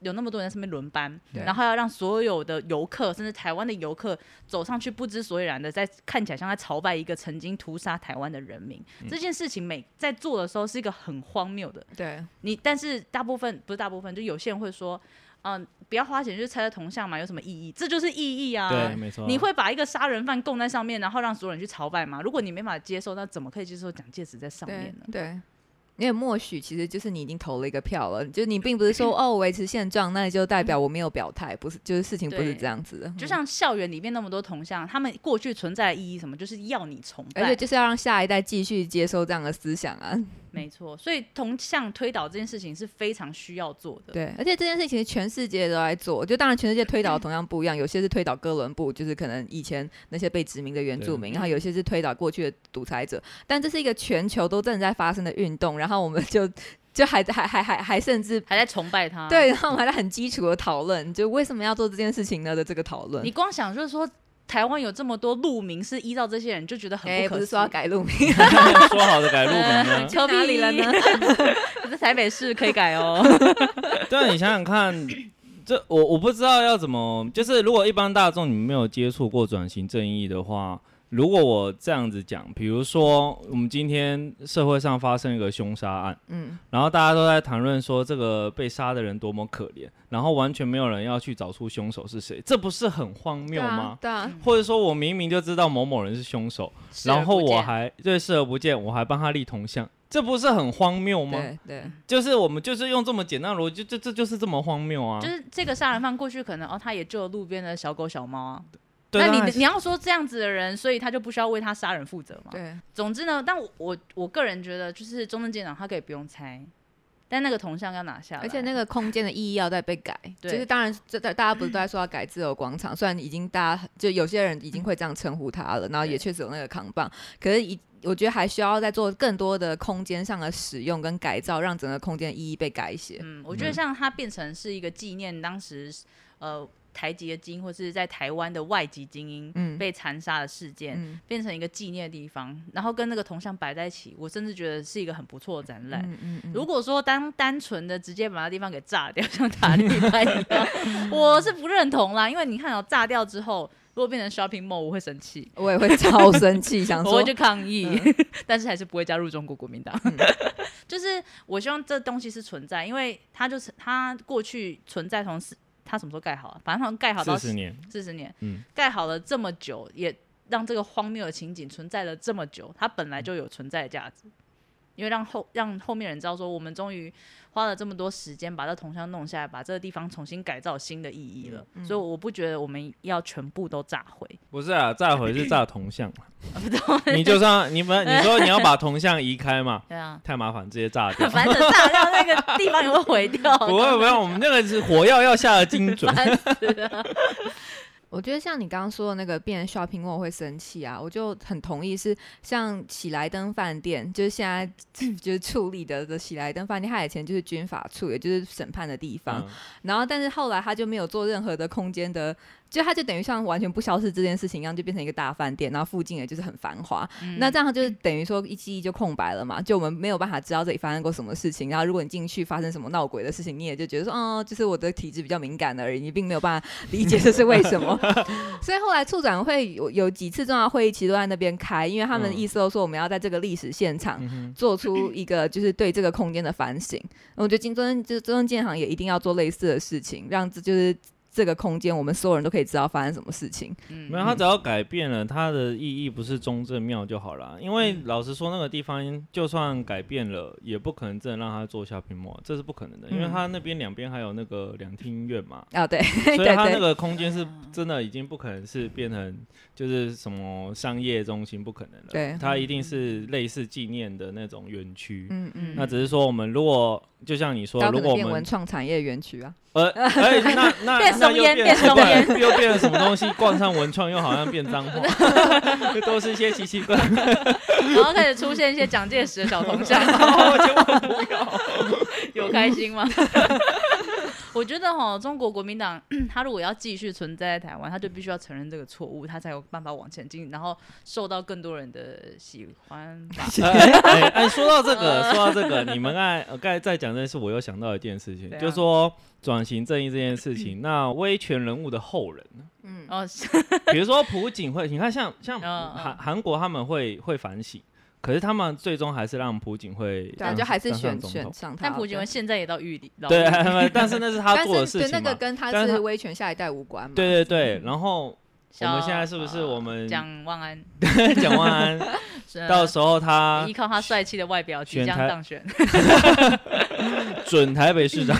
Speaker 5: 有那么多人在上面轮班，
Speaker 4: 对
Speaker 5: 然后要让所有的游客，甚至台湾的游客走上去，不知所以然的，在看起来像在朝拜一个曾经屠杀台湾的人民。这件事情每在做的时候是一个很荒谬的，
Speaker 4: 对
Speaker 5: 你但是大部分不是大部分，就有些人会说，嗯、不要花钱就是拆了铜像嘛，有什么意义？这就是意义啊。
Speaker 2: 对，没
Speaker 4: 嗯
Speaker 2: 错。
Speaker 5: 你会把一个杀人犯供在上面，然后让所有人去朝拜吗？如果你没法接受，那怎么可以接受蒋介石在上面
Speaker 4: 对
Speaker 5: 呢？
Speaker 4: 对。你也默许，其实就是你已经投了一个票了，就是你并不是
Speaker 2: <laughs>
Speaker 4: 说哦维持现状，那就代表
Speaker 2: 嗯
Speaker 4: 我没有表态，不是，就是事情不是
Speaker 5: 对
Speaker 4: 这样子的。
Speaker 5: 就
Speaker 4: 嗯
Speaker 5: 像校园里面那么多铜像，他们过去存在的意义什么，就是要你崇
Speaker 4: 而
Speaker 5: 拜
Speaker 4: 且。就是要让下一代继续接受这样的思想啊，
Speaker 5: 没错，所以铜像推倒这件事情是非常需要做的。
Speaker 4: 对。而且这件事情其实全世界都在做，就当然全世界推倒的同样不一样，有些是推倒哥伦布，就是可能以前那些被殖民的原住民，然后有些是推倒过去的独裁者，但这是一个全球都正在发生的运动，然后我们就就还还还还还甚至
Speaker 5: 还在崇拜他。
Speaker 4: 对，然后我们还在很基础的讨论，就为什么要做这件事情呢的这个讨论
Speaker 5: 你。光想就是说，台湾有这么多路名是依照这些人，就觉得很
Speaker 4: 哎，
Speaker 5: 可
Speaker 4: 不是
Speaker 5: 思
Speaker 4: 说要
Speaker 5: 议哎
Speaker 4: 改路名，
Speaker 2: <laughs> 说好的改路名呢？
Speaker 4: 去哪里了 <laughs> 呢？
Speaker 5: 在台北市可以改哦。
Speaker 2: 对啊，你想想看，这我我不知道要怎么，就是如果一般大众你们没有接触过转型正义的话，如果我这样子讲，比如说我们今天社会上发生一个凶杀案，
Speaker 4: 嗯，
Speaker 2: 然后大家都在谈论说这个被杀的人多么可怜，然后完全没有人要去找出凶手是谁，这不是很荒
Speaker 4: 对
Speaker 2: 谬
Speaker 4: 啊
Speaker 2: 吗？，
Speaker 4: 对啊，
Speaker 2: 或者说我明明就知道某某人是凶手，然后我还对视而不见，我还帮他立铜像，这不是很荒谬吗？
Speaker 4: 对对
Speaker 2: 就是我们就是用这么简单的逻辑，就这这就是这么荒谬啊！
Speaker 5: 就是这个杀人犯过去可能哦，他也救了路边的小狗小猫啊。
Speaker 2: 对
Speaker 5: 那
Speaker 2: 当
Speaker 5: 你
Speaker 2: 然是
Speaker 5: 你要说这样子的人，所以他就不需要为他杀人负责嘛？
Speaker 4: 对，
Speaker 5: 总之呢，但我我我个人觉得，就是中正舰长他可以不用拆，但那个铜像要拿下来。
Speaker 4: 而且那个空间的意义要再被改。就
Speaker 5: <laughs> 对
Speaker 4: 是当然，这大家不是都在说要改自由广场，虽然已经大家就有些人已经会这样称呼它了，然后
Speaker 5: 对
Speaker 4: 也确实有那个扛棒，可是一。我觉得还需要再做更多的空间上的使用跟改造，让整个空间意义被改写。
Speaker 5: 嗯，我觉得像它变成是一个纪念当时呃台籍的精英或是在台湾的外籍精
Speaker 4: 嗯
Speaker 5: 英被残杀的事件，
Speaker 4: 嗯
Speaker 5: 变成一个纪念的地方，然后跟那个铜像摆在一起，我甚至觉得是一个很不错的展览。
Speaker 4: 嗯嗯嗯
Speaker 5: 如果说单单纯的直接把那地方给炸掉，像塔利班一样，我是不认同啦。因为你看哦，炸掉之后，如果变成 shopping mall，我会生气，
Speaker 4: 我也会超生
Speaker 5: <laughs>
Speaker 4: 气，想
Speaker 5: 我
Speaker 4: 说
Speaker 5: 会去抗议， <laughs> 但是还是不会加入中国国民党。 <laughs> 就是我希望这东西是存在，因为它就是它过去存在从四，它什么时候盖好啊？反正好像盖好到
Speaker 2: 四十年，
Speaker 5: 四十年，
Speaker 2: 嗯
Speaker 5: 盖好了这么久，也让这个荒谬的情景存在了这么久，它本来就有存在的价值，因为让后让后面人知道说，我们终于花了这么多时间把这同乡弄下来，把这个地方重新改造有新的意义了，所以我不觉得我们要全部都炸毁。
Speaker 2: 不是啊，炸毁是炸铜像
Speaker 5: <laughs>
Speaker 2: 嘛，你就算你们你说你要把铜像移开嘛，
Speaker 5: 对啊，
Speaker 2: 太麻烦，直接炸掉。
Speaker 5: <laughs> 反正炸掉那个地方也会毁掉。
Speaker 2: 不会不会， <laughs> 我们那个是火药要下的精
Speaker 5: <laughs>
Speaker 2: 准，
Speaker 4: 我觉得像你刚刚说的那个变成 shopping mall 会生气啊，我就很同意是像喜来登饭店，就是现在 <laughs> 就是处理的的喜来登饭店，它以前就是军法处，也就是审判的地方。
Speaker 2: 嗯
Speaker 4: 然后，但是后来他就没有做任何的空间的，就他就等于像完全不消失这件事情一样，就变成一个大饭店，然后附近也就是很繁华。
Speaker 5: 嗯
Speaker 2: 嗯
Speaker 4: 那这样就是等于说一记忆就空白了嘛，就我们没有办法知道这里发生过什么事情。然后如果你进去发生什么闹鬼的事情，你也就觉得说，哦，就是我的体质比较敏感而已，你并没有办法理解这是为
Speaker 2: <laughs>
Speaker 4: 什么。所以后来处长会有有几次重要会议其实都在那边开，因为他们
Speaker 2: 嗯
Speaker 4: 意思都说我们要在这个历史现场
Speaker 2: 嗯哼
Speaker 4: 做出一个就是对这个空间的反省。我觉得金尊就是中建行也一定要做类似的事情，让这就是这个空间我们所有人都可以知道发生什么事情。
Speaker 5: 嗯
Speaker 2: 没有，他只要改变了它的意义，不是中正庙就好了。啊因为老实说，那个地方就算改变了，也不可能真的让它做下屏幕，啊这是不可能的。因为
Speaker 4: 嗯
Speaker 2: 它那边两边还有那个两厅院嘛，
Speaker 4: 啊，对， <laughs>
Speaker 2: 所以它
Speaker 4: 对
Speaker 2: 那个空间是真的已经不可能是变成就是什么商业中心，不可能了。
Speaker 4: 对
Speaker 2: 它一定是类似纪念的那种园区。
Speaker 4: 嗯嗯，
Speaker 2: 那只是说，我们如果就像你说
Speaker 4: 到，可
Speaker 2: 啊如果
Speaker 4: 能
Speaker 2: 我
Speaker 4: 变文
Speaker 2: 们
Speaker 4: 创产业园区啊，
Speaker 2: 呃，哎，
Speaker 4: <laughs>
Speaker 2: 那那
Speaker 5: 变
Speaker 2: 那
Speaker 5: 松
Speaker 2: 又
Speaker 5: 烟
Speaker 2: 变
Speaker 5: 变
Speaker 2: 什
Speaker 5: 松
Speaker 2: 么
Speaker 5: 烟
Speaker 2: 又变什么东西？逛上文创又好像变脏话，
Speaker 4: <laughs>
Speaker 2: 都是一些奇奇怪怪。
Speaker 5: 然后开始出现一些蒋介石的小
Speaker 2: <laughs>
Speaker 5: 铜像，
Speaker 2: 哦
Speaker 5: <laughs> 有开心吗？ <laughs> 我觉得哈，中国国民党 <clears throat> 他如果要继续存在在台湾，他就必须要承认这个错误，他才有办法往前进，然后受到更多人的喜欢吧。
Speaker 2: 哎哎哎，说到这个，
Speaker 4: 嗯
Speaker 2: 说到这个，你们爱呃刚才在讲这件事，我又想到一件事情，
Speaker 4: 啊
Speaker 5: 怎样
Speaker 2: 就说转型正义这件事情，那威权人物的后人，
Speaker 4: 嗯，
Speaker 5: 然后哦是 <laughs>
Speaker 2: 比如说朴槿惠，你看像像
Speaker 5: 嗯嗯
Speaker 2: 韩韩国他们会会反省。可是他们最终还是让朴槿惠
Speaker 4: 对啊，
Speaker 2: 当，
Speaker 4: 就还是
Speaker 2: 当上
Speaker 4: 选
Speaker 2: 嗯总
Speaker 4: 选
Speaker 2: 统。
Speaker 4: 上他。
Speaker 5: 但朴槿惠现在也到狱里，牢
Speaker 2: 对，啊 <laughs>
Speaker 5: 狱里
Speaker 2: 但是那是他
Speaker 4: 但
Speaker 2: 做的
Speaker 4: 是
Speaker 2: 事
Speaker 4: 对
Speaker 2: 情
Speaker 4: 那
Speaker 2: 嘛
Speaker 4: 个。跟嗯
Speaker 2: 但
Speaker 4: 他
Speaker 2: 是
Speaker 4: 是
Speaker 2: 他
Speaker 4: 威权下一代无关嘛。
Speaker 2: 对对对，然后
Speaker 5: 小
Speaker 2: 我们现在是不是我们
Speaker 5: 呃蒋万安啊
Speaker 2: 蒋万
Speaker 5: <laughs> 嗯
Speaker 2: 安，到时候他
Speaker 5: 依靠他帅气的外表即
Speaker 2: 选
Speaker 5: 将
Speaker 2: 台
Speaker 5: 当选，
Speaker 2: 准台北市
Speaker 5: <laughs>
Speaker 2: 长，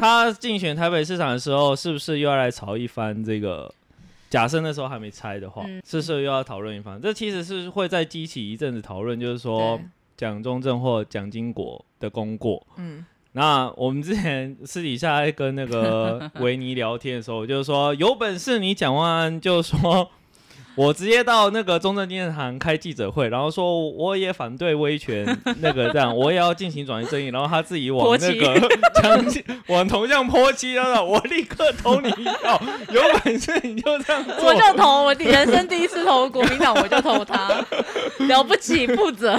Speaker 2: 他竞选台北市长的时候，是不是又要来炒一番这个？假设那时候还没拆的话，
Speaker 5: 嗯
Speaker 2: 是不是又要讨论一番？这其实是会再激起一阵子讨论，就是说
Speaker 4: 对，
Speaker 2: 蒋中正或蒋经国的功过。
Speaker 4: 嗯，
Speaker 2: 那我们之前私底下在跟那个维尼聊天的时候，我就是说有本事你蒋万安就说，我直接到那个中正纪念堂开记者会，然后说我也反对威权那个这样，我也要进行转移正义，然后他自己往
Speaker 5: 泼
Speaker 2: 那
Speaker 5: 漆
Speaker 2: 个墙往铜像泼漆，然后我立刻投你一票，有本事你就这样做
Speaker 5: 我就投，我人生第一次投国民党，我就投他， <laughs> 了不起，负责。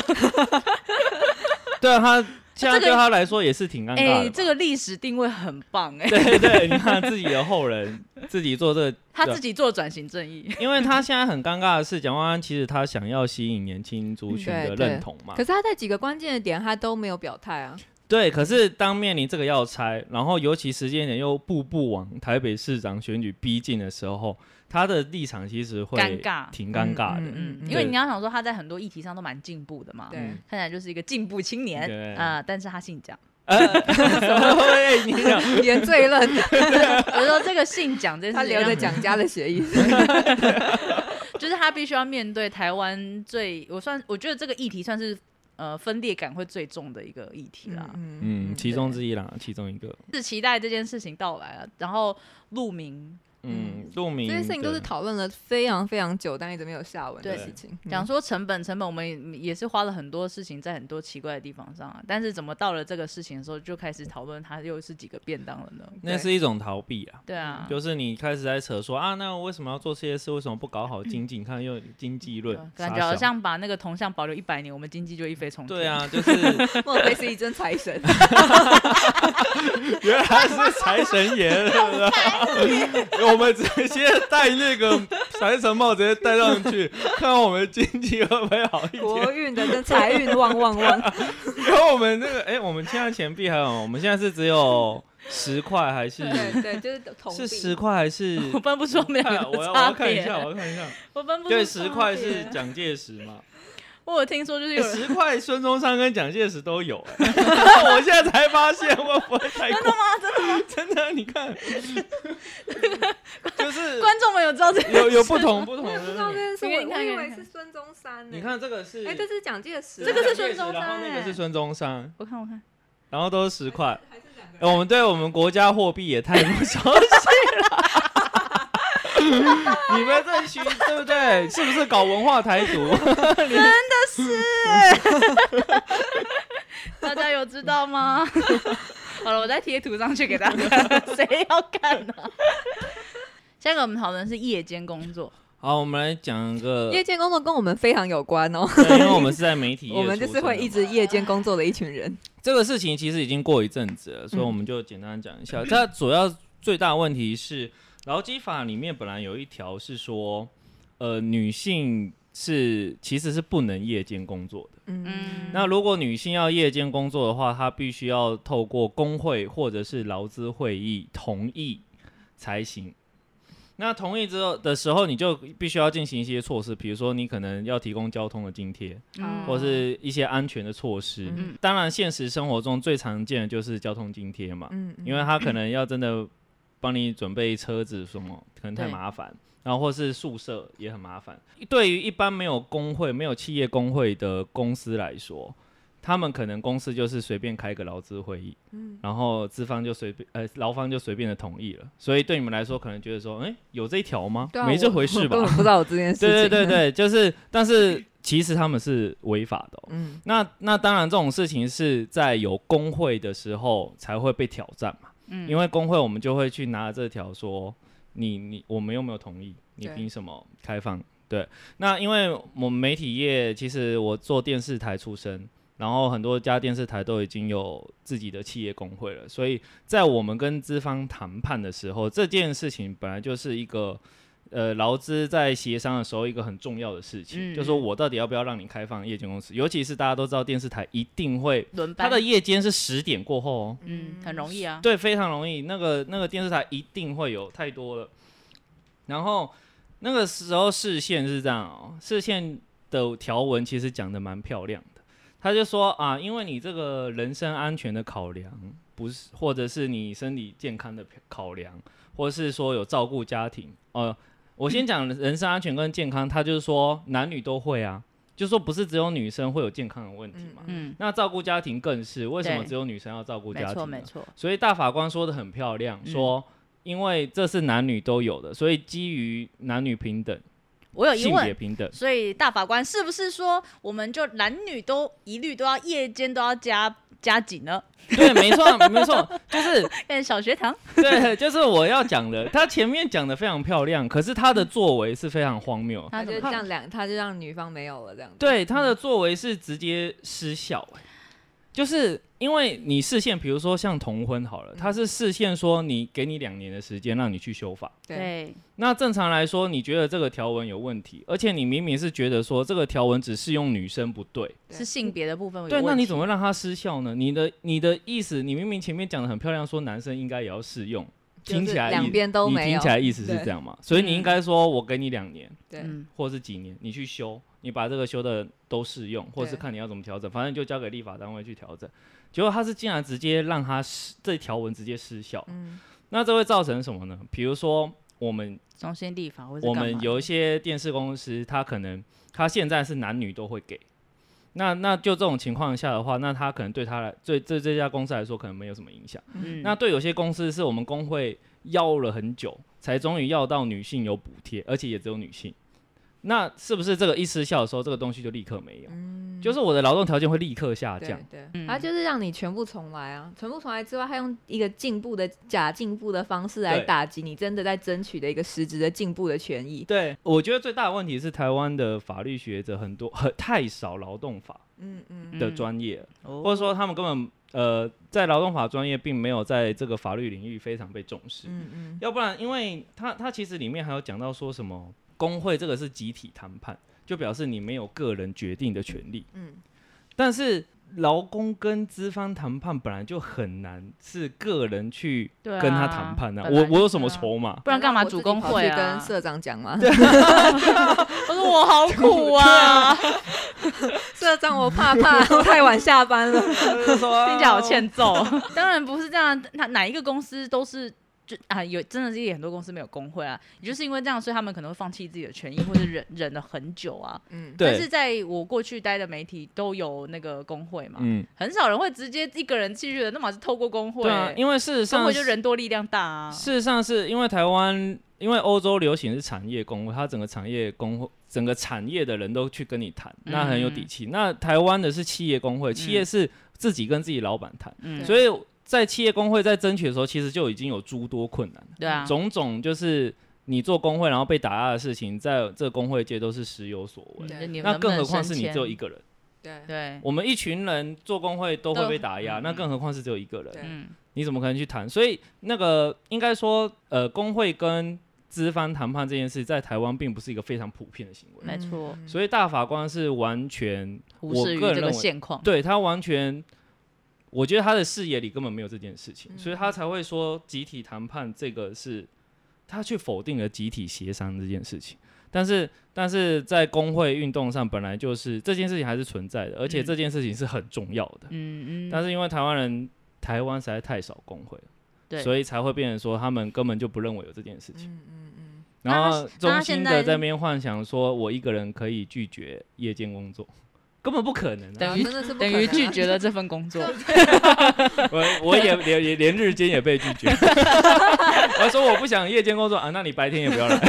Speaker 2: 对啊，他现在
Speaker 5: 这个
Speaker 2: 对他来说也是挺尴尬的吧。
Speaker 5: 哎、这个历史定位很棒哎、
Speaker 2: 对对，你看自己的后人自己做这个，
Speaker 5: 他
Speaker 2: 对
Speaker 5: 自己做转型正
Speaker 4: <laughs>
Speaker 5: 义，
Speaker 2: 因为他现在很尴尬的是，蒋万安其实他想要吸引年轻族群的
Speaker 4: 嗯对对
Speaker 2: 认同嘛
Speaker 4: 可，是他在几个关键的点他都没有表态啊。
Speaker 2: 对。可是当面临这个要拆，然后尤其时间点又步步往台北市长选举逼近的时候，他的立场其实会
Speaker 5: 尴尬
Speaker 2: 挺尴尬的。
Speaker 4: 嗯
Speaker 5: 因为
Speaker 2: 对
Speaker 5: 你要想说他在很多议题上都蛮进步的嘛，
Speaker 4: 对
Speaker 2: 嗯
Speaker 5: 看起来就是一个进步青年
Speaker 2: 对
Speaker 5: 啊、但是他姓蒋，
Speaker 4: 嗯
Speaker 2: 哎你讲
Speaker 4: <laughs> 原
Speaker 5: <laughs>
Speaker 4: 罪论，
Speaker 5: 我说这个姓蒋这件
Speaker 4: 他
Speaker 5: 事情
Speaker 4: 留
Speaker 5: 让，
Speaker 4: 着蒋家的协议。
Speaker 5: 就是他必须要面对台湾最，我算我觉得这个议题算是呃分裂感会最重的一个议题
Speaker 4: 啊
Speaker 5: 啦。
Speaker 2: <laughs> 嗯，其中之一啦，其中一个，
Speaker 5: 是期待这件事情到来了，然后陆明
Speaker 2: 嗯，杜明
Speaker 4: 这些事情都是
Speaker 2: 对
Speaker 4: 讨论了非常非常久，但一直没有下文的
Speaker 5: 对
Speaker 4: 事情。
Speaker 5: 讲
Speaker 4: 嗯
Speaker 5: 说成本，成本我们也是花了很多事情在很多奇怪的地方上啊，但是怎么到了这个事情的时候就开始讨论它又是几个便当了
Speaker 4: 嗯
Speaker 5: 呢？
Speaker 2: 那是一种逃避啊。
Speaker 5: 对啊，
Speaker 2: 就是你开始在扯说啊，那我为什么要做这些事？为什么不搞好经济？你看又经济论
Speaker 5: 对，啊
Speaker 4: 嗯
Speaker 5: 感
Speaker 2: 傻
Speaker 5: 觉好
Speaker 2: 小
Speaker 5: 像把那个铜像保留一百年，我们经济就一飞冲天。
Speaker 2: 对，啊，就是
Speaker 4: 莫非是一尊
Speaker 2: <laughs>
Speaker 4: 财神？
Speaker 2: 原来是财神爷，对不对？我们直接戴那个财神帽，直接戴上去，看我们经济会不会好一点 <laughs>
Speaker 4: 国。运的跟财运旺旺旺，
Speaker 2: 因为我们那个，哎、我们现在钱币还有，我们现在是只有十块还
Speaker 4: <laughs>
Speaker 2: 是
Speaker 4: 对对，就是铜
Speaker 2: 是
Speaker 4: 币。
Speaker 2: 十块还是？
Speaker 5: 我分不出我们
Speaker 2: 看啊
Speaker 5: 两个
Speaker 2: 我
Speaker 5: 的
Speaker 2: 要我
Speaker 5: 差
Speaker 2: 要看一
Speaker 5: 别，
Speaker 2: 下，我要看一下。
Speaker 5: 我分不出差别。
Speaker 2: 对，十块是蒋介石嘛？
Speaker 5: 我有听说，就是
Speaker 2: 欸
Speaker 5: 有人
Speaker 2: 十块孙中山跟蒋介石都有、欸，我现在才发现，我不会太真的吗？ <laughs> 真的真的，你看，就是
Speaker 5: 观众们有知道这个
Speaker 2: <laughs> 有有不同不同
Speaker 4: 我也不知道这
Speaker 2: 的。
Speaker 4: 件事，
Speaker 5: 因为
Speaker 4: 我
Speaker 5: 你
Speaker 4: 我
Speaker 5: 看
Speaker 4: 以
Speaker 5: 有
Speaker 4: 为
Speaker 5: 人
Speaker 4: 是孙中山呢。
Speaker 2: 你，看这个是，
Speaker 4: 哎，这是蒋介石，啊
Speaker 5: 这个是
Speaker 2: 蒋介石
Speaker 5: 孙中山
Speaker 2: 然后那个
Speaker 5: 欸
Speaker 2: 是孙中山，
Speaker 5: 我看我看，
Speaker 2: 然后都是十块。
Speaker 4: 哎还是两个
Speaker 2: 欸我们对我们国家货币也太不熟悉
Speaker 4: <laughs>
Speaker 2: 了。你们这群对不对？是不是搞文化台独？ <laughs>
Speaker 5: 大家有知道吗？ <laughs> 好了，我再贴图上去给大家看， <laughs> 谁要看呢、下一个我们讨论是夜间工作，
Speaker 2: 好，我们来讲个，
Speaker 4: 夜间工作跟我们非常有关
Speaker 2: <laughs>
Speaker 4: 哦，
Speaker 2: 对因为我们是在媒体业出
Speaker 4: 我
Speaker 2: 身的嘛，
Speaker 4: 们就是会一直夜间工作的一群人。
Speaker 2: 这个事情其实已经过一阵子了，所以我们就简单讲一下。 <clears throat> 它主要最大问题是，劳基法里面本来有一条是说，呃，女性是其实是不能夜间工作的。
Speaker 4: 嗯，
Speaker 2: 那如果女性要夜间工作的话，她必须要透过工会或者是劳资会议同意才行。那同意之后的时候，你就必须要进行一些措施，比如说你可能要提供交通的津贴，
Speaker 5: 嗯，
Speaker 2: 或是一些安全的措施。
Speaker 4: 哦嗯
Speaker 2: 当然，现实生活中最常见的就是交通津贴嘛，
Speaker 4: 嗯，
Speaker 2: 因为他可能要真的帮你准备车子什么，可能太
Speaker 5: 对
Speaker 2: 麻烦。然后或是宿舍也很麻烦。对于一般没有工会、没有企业工会的公司来说，他们可能公司就是随便开个劳资会议，
Speaker 4: 嗯
Speaker 2: 然后资方就随便呃劳方就随便的同意了。所以对你们来说，可能觉得说，哎，有这一条吗？
Speaker 4: 对啊
Speaker 2: 没这
Speaker 4: 我
Speaker 2: 回事
Speaker 4: 我 <laughs>
Speaker 2: 吧
Speaker 4: 根？本不知道有这件事情。
Speaker 2: 对对对，
Speaker 4: <laughs>
Speaker 2: 对，就是，但是其实他们是违法的哦、
Speaker 4: 嗯
Speaker 2: 那那当然，这种事情是在有工会的时候才会被挑战嘛，
Speaker 5: 嗯
Speaker 2: 因为工会我们就会去拿这条说，你你我们又没有同意，你
Speaker 4: 对
Speaker 2: 凭什么开放？对，那因为我们媒体业，其实我做电视台出身，然后很多家电视台都已经有自己的企业工会了，所以在我们跟资方谈判的时候，这件事情本来就是一个呃劳资在协商的时候一个很重要的事情，
Speaker 5: 嗯
Speaker 2: 就说我到底要不要让你开放夜间公司，尤其是大家都知道电视台一定会
Speaker 5: 轮
Speaker 2: 它
Speaker 5: 班
Speaker 2: 的，夜间是十点过后哦，
Speaker 5: 嗯，很容易啊，
Speaker 2: 对，非常容易，那个那个电视台一定会有太多了，然后那个时候视线是这样哦，视线的条文其实讲的蛮漂亮的。他就说啊，因为你这个人身安全的考量，不是，或者是你身体健康的考量，或是说有照顾家庭，呃，我先讲人身安全跟健康，他就是说男女都会啊，就说不是只有女生会有健康的问题嘛。
Speaker 5: 嗯，
Speaker 2: 那照顾家庭更是，为什么
Speaker 5: 对
Speaker 2: 只有女生要照顾
Speaker 5: 没
Speaker 2: 家
Speaker 5: 错
Speaker 2: 庭
Speaker 5: 没
Speaker 2: 呢？
Speaker 5: 错，
Speaker 2: 所以大法官说的很漂亮，
Speaker 5: 嗯
Speaker 2: 说因为这是男女都有的，所以基于男女平等、
Speaker 5: 我呃有疑
Speaker 2: 性别
Speaker 5: 问。
Speaker 2: 平等，
Speaker 5: 所以大法官是不是说，我们就男女都一律都要夜间都要加加紧呢？
Speaker 2: 对，没
Speaker 5: <laughs>
Speaker 2: 错，没错，就是
Speaker 5: 变成小学堂，
Speaker 2: 对，就是我要讲的。他前面讲的非常漂亮，可是他的作为是非常荒谬。
Speaker 4: 他
Speaker 5: 怎
Speaker 4: 就
Speaker 5: 么
Speaker 4: 这样两，他就让女方没有了这样子。
Speaker 2: 对，他的作为是直接失效、欸，就是因为你视线，比如说像同婚好
Speaker 5: 嗯
Speaker 2: 了，他是视线说你给你两年的时间让你去修法，
Speaker 4: 对，
Speaker 5: 对，
Speaker 2: 那正常来说，你觉得这个条文有问题，而且你明明是觉得说这个条文只适用女生不对，
Speaker 4: 对
Speaker 5: 是性别的部分有
Speaker 2: 对，那
Speaker 5: 问
Speaker 2: 你
Speaker 5: 题
Speaker 2: 怎么会让它失效呢？你的你的意思，你明明前面讲的很漂亮，说男生应该也要适用，
Speaker 4: 就是
Speaker 2: 听起来意
Speaker 4: 两边都
Speaker 2: 你
Speaker 4: 没有
Speaker 2: 听起来意思是
Speaker 4: 对嗯
Speaker 2: 这样嘛？所以你应该说我给你两年，
Speaker 4: 对
Speaker 5: 嗯，
Speaker 2: 或是几年，你去修，你把这个修的都适用，或是
Speaker 4: 对
Speaker 2: 看你要怎么调整，反正就交给立法单位去调整。结果他是竟然直接让他失这条文直接失效，
Speaker 4: 嗯
Speaker 2: 那这会造成什么呢？比如说我们
Speaker 5: 中心立法或者
Speaker 2: 我们有一些电视公司，它可能它现在是男女都会给。那那就这种情况下的话，那他可能对他来对对这家公司来说可能没有什么影响。
Speaker 5: 嗯
Speaker 2: 那对有些公司是我们工会要了很久，才终于要到女性有补贴，而且也只有女性。那是不是这个一失效的时候，这个东西就立刻没有？
Speaker 4: 嗯，
Speaker 2: 就是我的劳动条件会立刻下
Speaker 4: 对
Speaker 2: 降。
Speaker 4: 对
Speaker 5: 嗯，
Speaker 4: 他就是让你全部重来啊，全部重来之外，他用一个进步的假进步的方式来
Speaker 2: 对
Speaker 4: 打击你真的在争取的一个实质的进步的权益。
Speaker 2: 对，我觉得最大的问题是台湾的法律学者很多很太少劳动法
Speaker 4: 嗯嗯
Speaker 2: 的专业了，
Speaker 5: 或
Speaker 2: 或者说他们根本呃，在劳动法专业并没有在这个法律领域非常被重视。
Speaker 4: 嗯嗯，
Speaker 2: 要不然，因为他他其实里面还有讲到说什么工会这个是集体谈判，就表示你没有个人决定的权利。
Speaker 4: 嗯，
Speaker 2: 但是劳工跟资方谈判本来就很难是个人去
Speaker 5: 对啊
Speaker 2: 跟他谈判
Speaker 5: 本来
Speaker 2: 我我有什么
Speaker 5: 对啊
Speaker 2: 筹码？
Speaker 5: 不然干嘛
Speaker 4: 我自己
Speaker 5: 主工
Speaker 4: 跑去
Speaker 5: 会啊
Speaker 4: 跟？社长
Speaker 2: <laughs>
Speaker 4: 讲嘛，
Speaker 5: 我说我好苦
Speaker 2: <laughs>
Speaker 5: 啊，
Speaker 4: 社长我怕怕，我太晚下班了。
Speaker 5: <laughs> 听
Speaker 2: 听
Speaker 5: 起来好欠揍。哦 <laughs> 当然不是这样，那哪一个公司都是。就啊，有真的是很多公司没有工会啊，也就是因为这样，所以他们可能会放弃自己的权益，或者忍忍了很久啊。
Speaker 4: 嗯，
Speaker 5: 但是
Speaker 2: 对，
Speaker 5: 在我过去待的媒体都有那个工会嘛，
Speaker 2: 嗯，
Speaker 5: 很少人会直接一个人进去的，那么是透过工会、
Speaker 2: 对啊，因为事实
Speaker 5: 工
Speaker 2: 上
Speaker 5: 会就人多力量大啊。
Speaker 2: 事实上是因为台湾，因为欧洲流行是产业工会，它整个产业工会，整个产业的人都去跟你谈，
Speaker 5: 嗯
Speaker 2: 那很有底气。那台湾的是企业工会，企业是自己跟自己老板谈，
Speaker 5: 嗯，
Speaker 2: 所以在企业工会在争取的时候，其实就已经有诸多困难了，
Speaker 5: 对啊，
Speaker 2: 种种就是你做工会然后被打压的事情，在这个工会界都是时有所闻。
Speaker 4: 对
Speaker 5: 你
Speaker 2: 那
Speaker 5: 能不
Speaker 2: 更
Speaker 5: 能
Speaker 2: 何况是
Speaker 5: 升
Speaker 2: 你
Speaker 5: 迁
Speaker 2: 只有一个人，
Speaker 4: 对
Speaker 5: 对，
Speaker 2: 我们一群人做工会都会被打压，
Speaker 5: 都
Speaker 2: 那更何况是只有一个人
Speaker 4: 对。
Speaker 5: 嗯，
Speaker 2: 你怎么可能去谈？所以那个应该说，呃，工会跟资方谈判这件事，在台湾并不是一个非常普遍的行为，
Speaker 5: 没错
Speaker 4: 嗯
Speaker 2: 所以大法官是完全
Speaker 5: 忽
Speaker 2: 我
Speaker 5: 视于
Speaker 2: 个人认
Speaker 5: 这个
Speaker 2: 为
Speaker 5: 现
Speaker 4: 哦
Speaker 5: 况。
Speaker 2: 对他完全，我觉得他的视野里根本没有这件事情，
Speaker 4: 嗯
Speaker 2: 所以他才会说集体谈判这个是他去否定了集体协商这件事情。但是，但是在工会运动上，本来就是这件事情还是存在的，而且
Speaker 5: 嗯
Speaker 2: 这件事情是很重要的。
Speaker 5: 嗯嗯，
Speaker 2: 但是因为台湾人，台湾实在太少工会了。
Speaker 5: 对，
Speaker 2: 所以才会变成说他们根本就不认为有这件事情。
Speaker 4: 嗯嗯嗯，
Speaker 2: 然后
Speaker 5: 那他
Speaker 2: 中心
Speaker 5: 那他
Speaker 2: 的
Speaker 5: 现在
Speaker 2: 在那边幻想说，我一个人可以拒绝夜间工作，根本不可能、啊。
Speaker 5: <laughs> 等于
Speaker 4: 啊真的是不
Speaker 5: 等
Speaker 4: 可
Speaker 5: 于
Speaker 4: 能啊
Speaker 5: 拒绝了这份
Speaker 2: <laughs>
Speaker 5: 工作。
Speaker 2: 我我也连连连日间也被拒
Speaker 5: <laughs>
Speaker 2: 绝。我说我不想夜间工作啊，那你白天也不要来。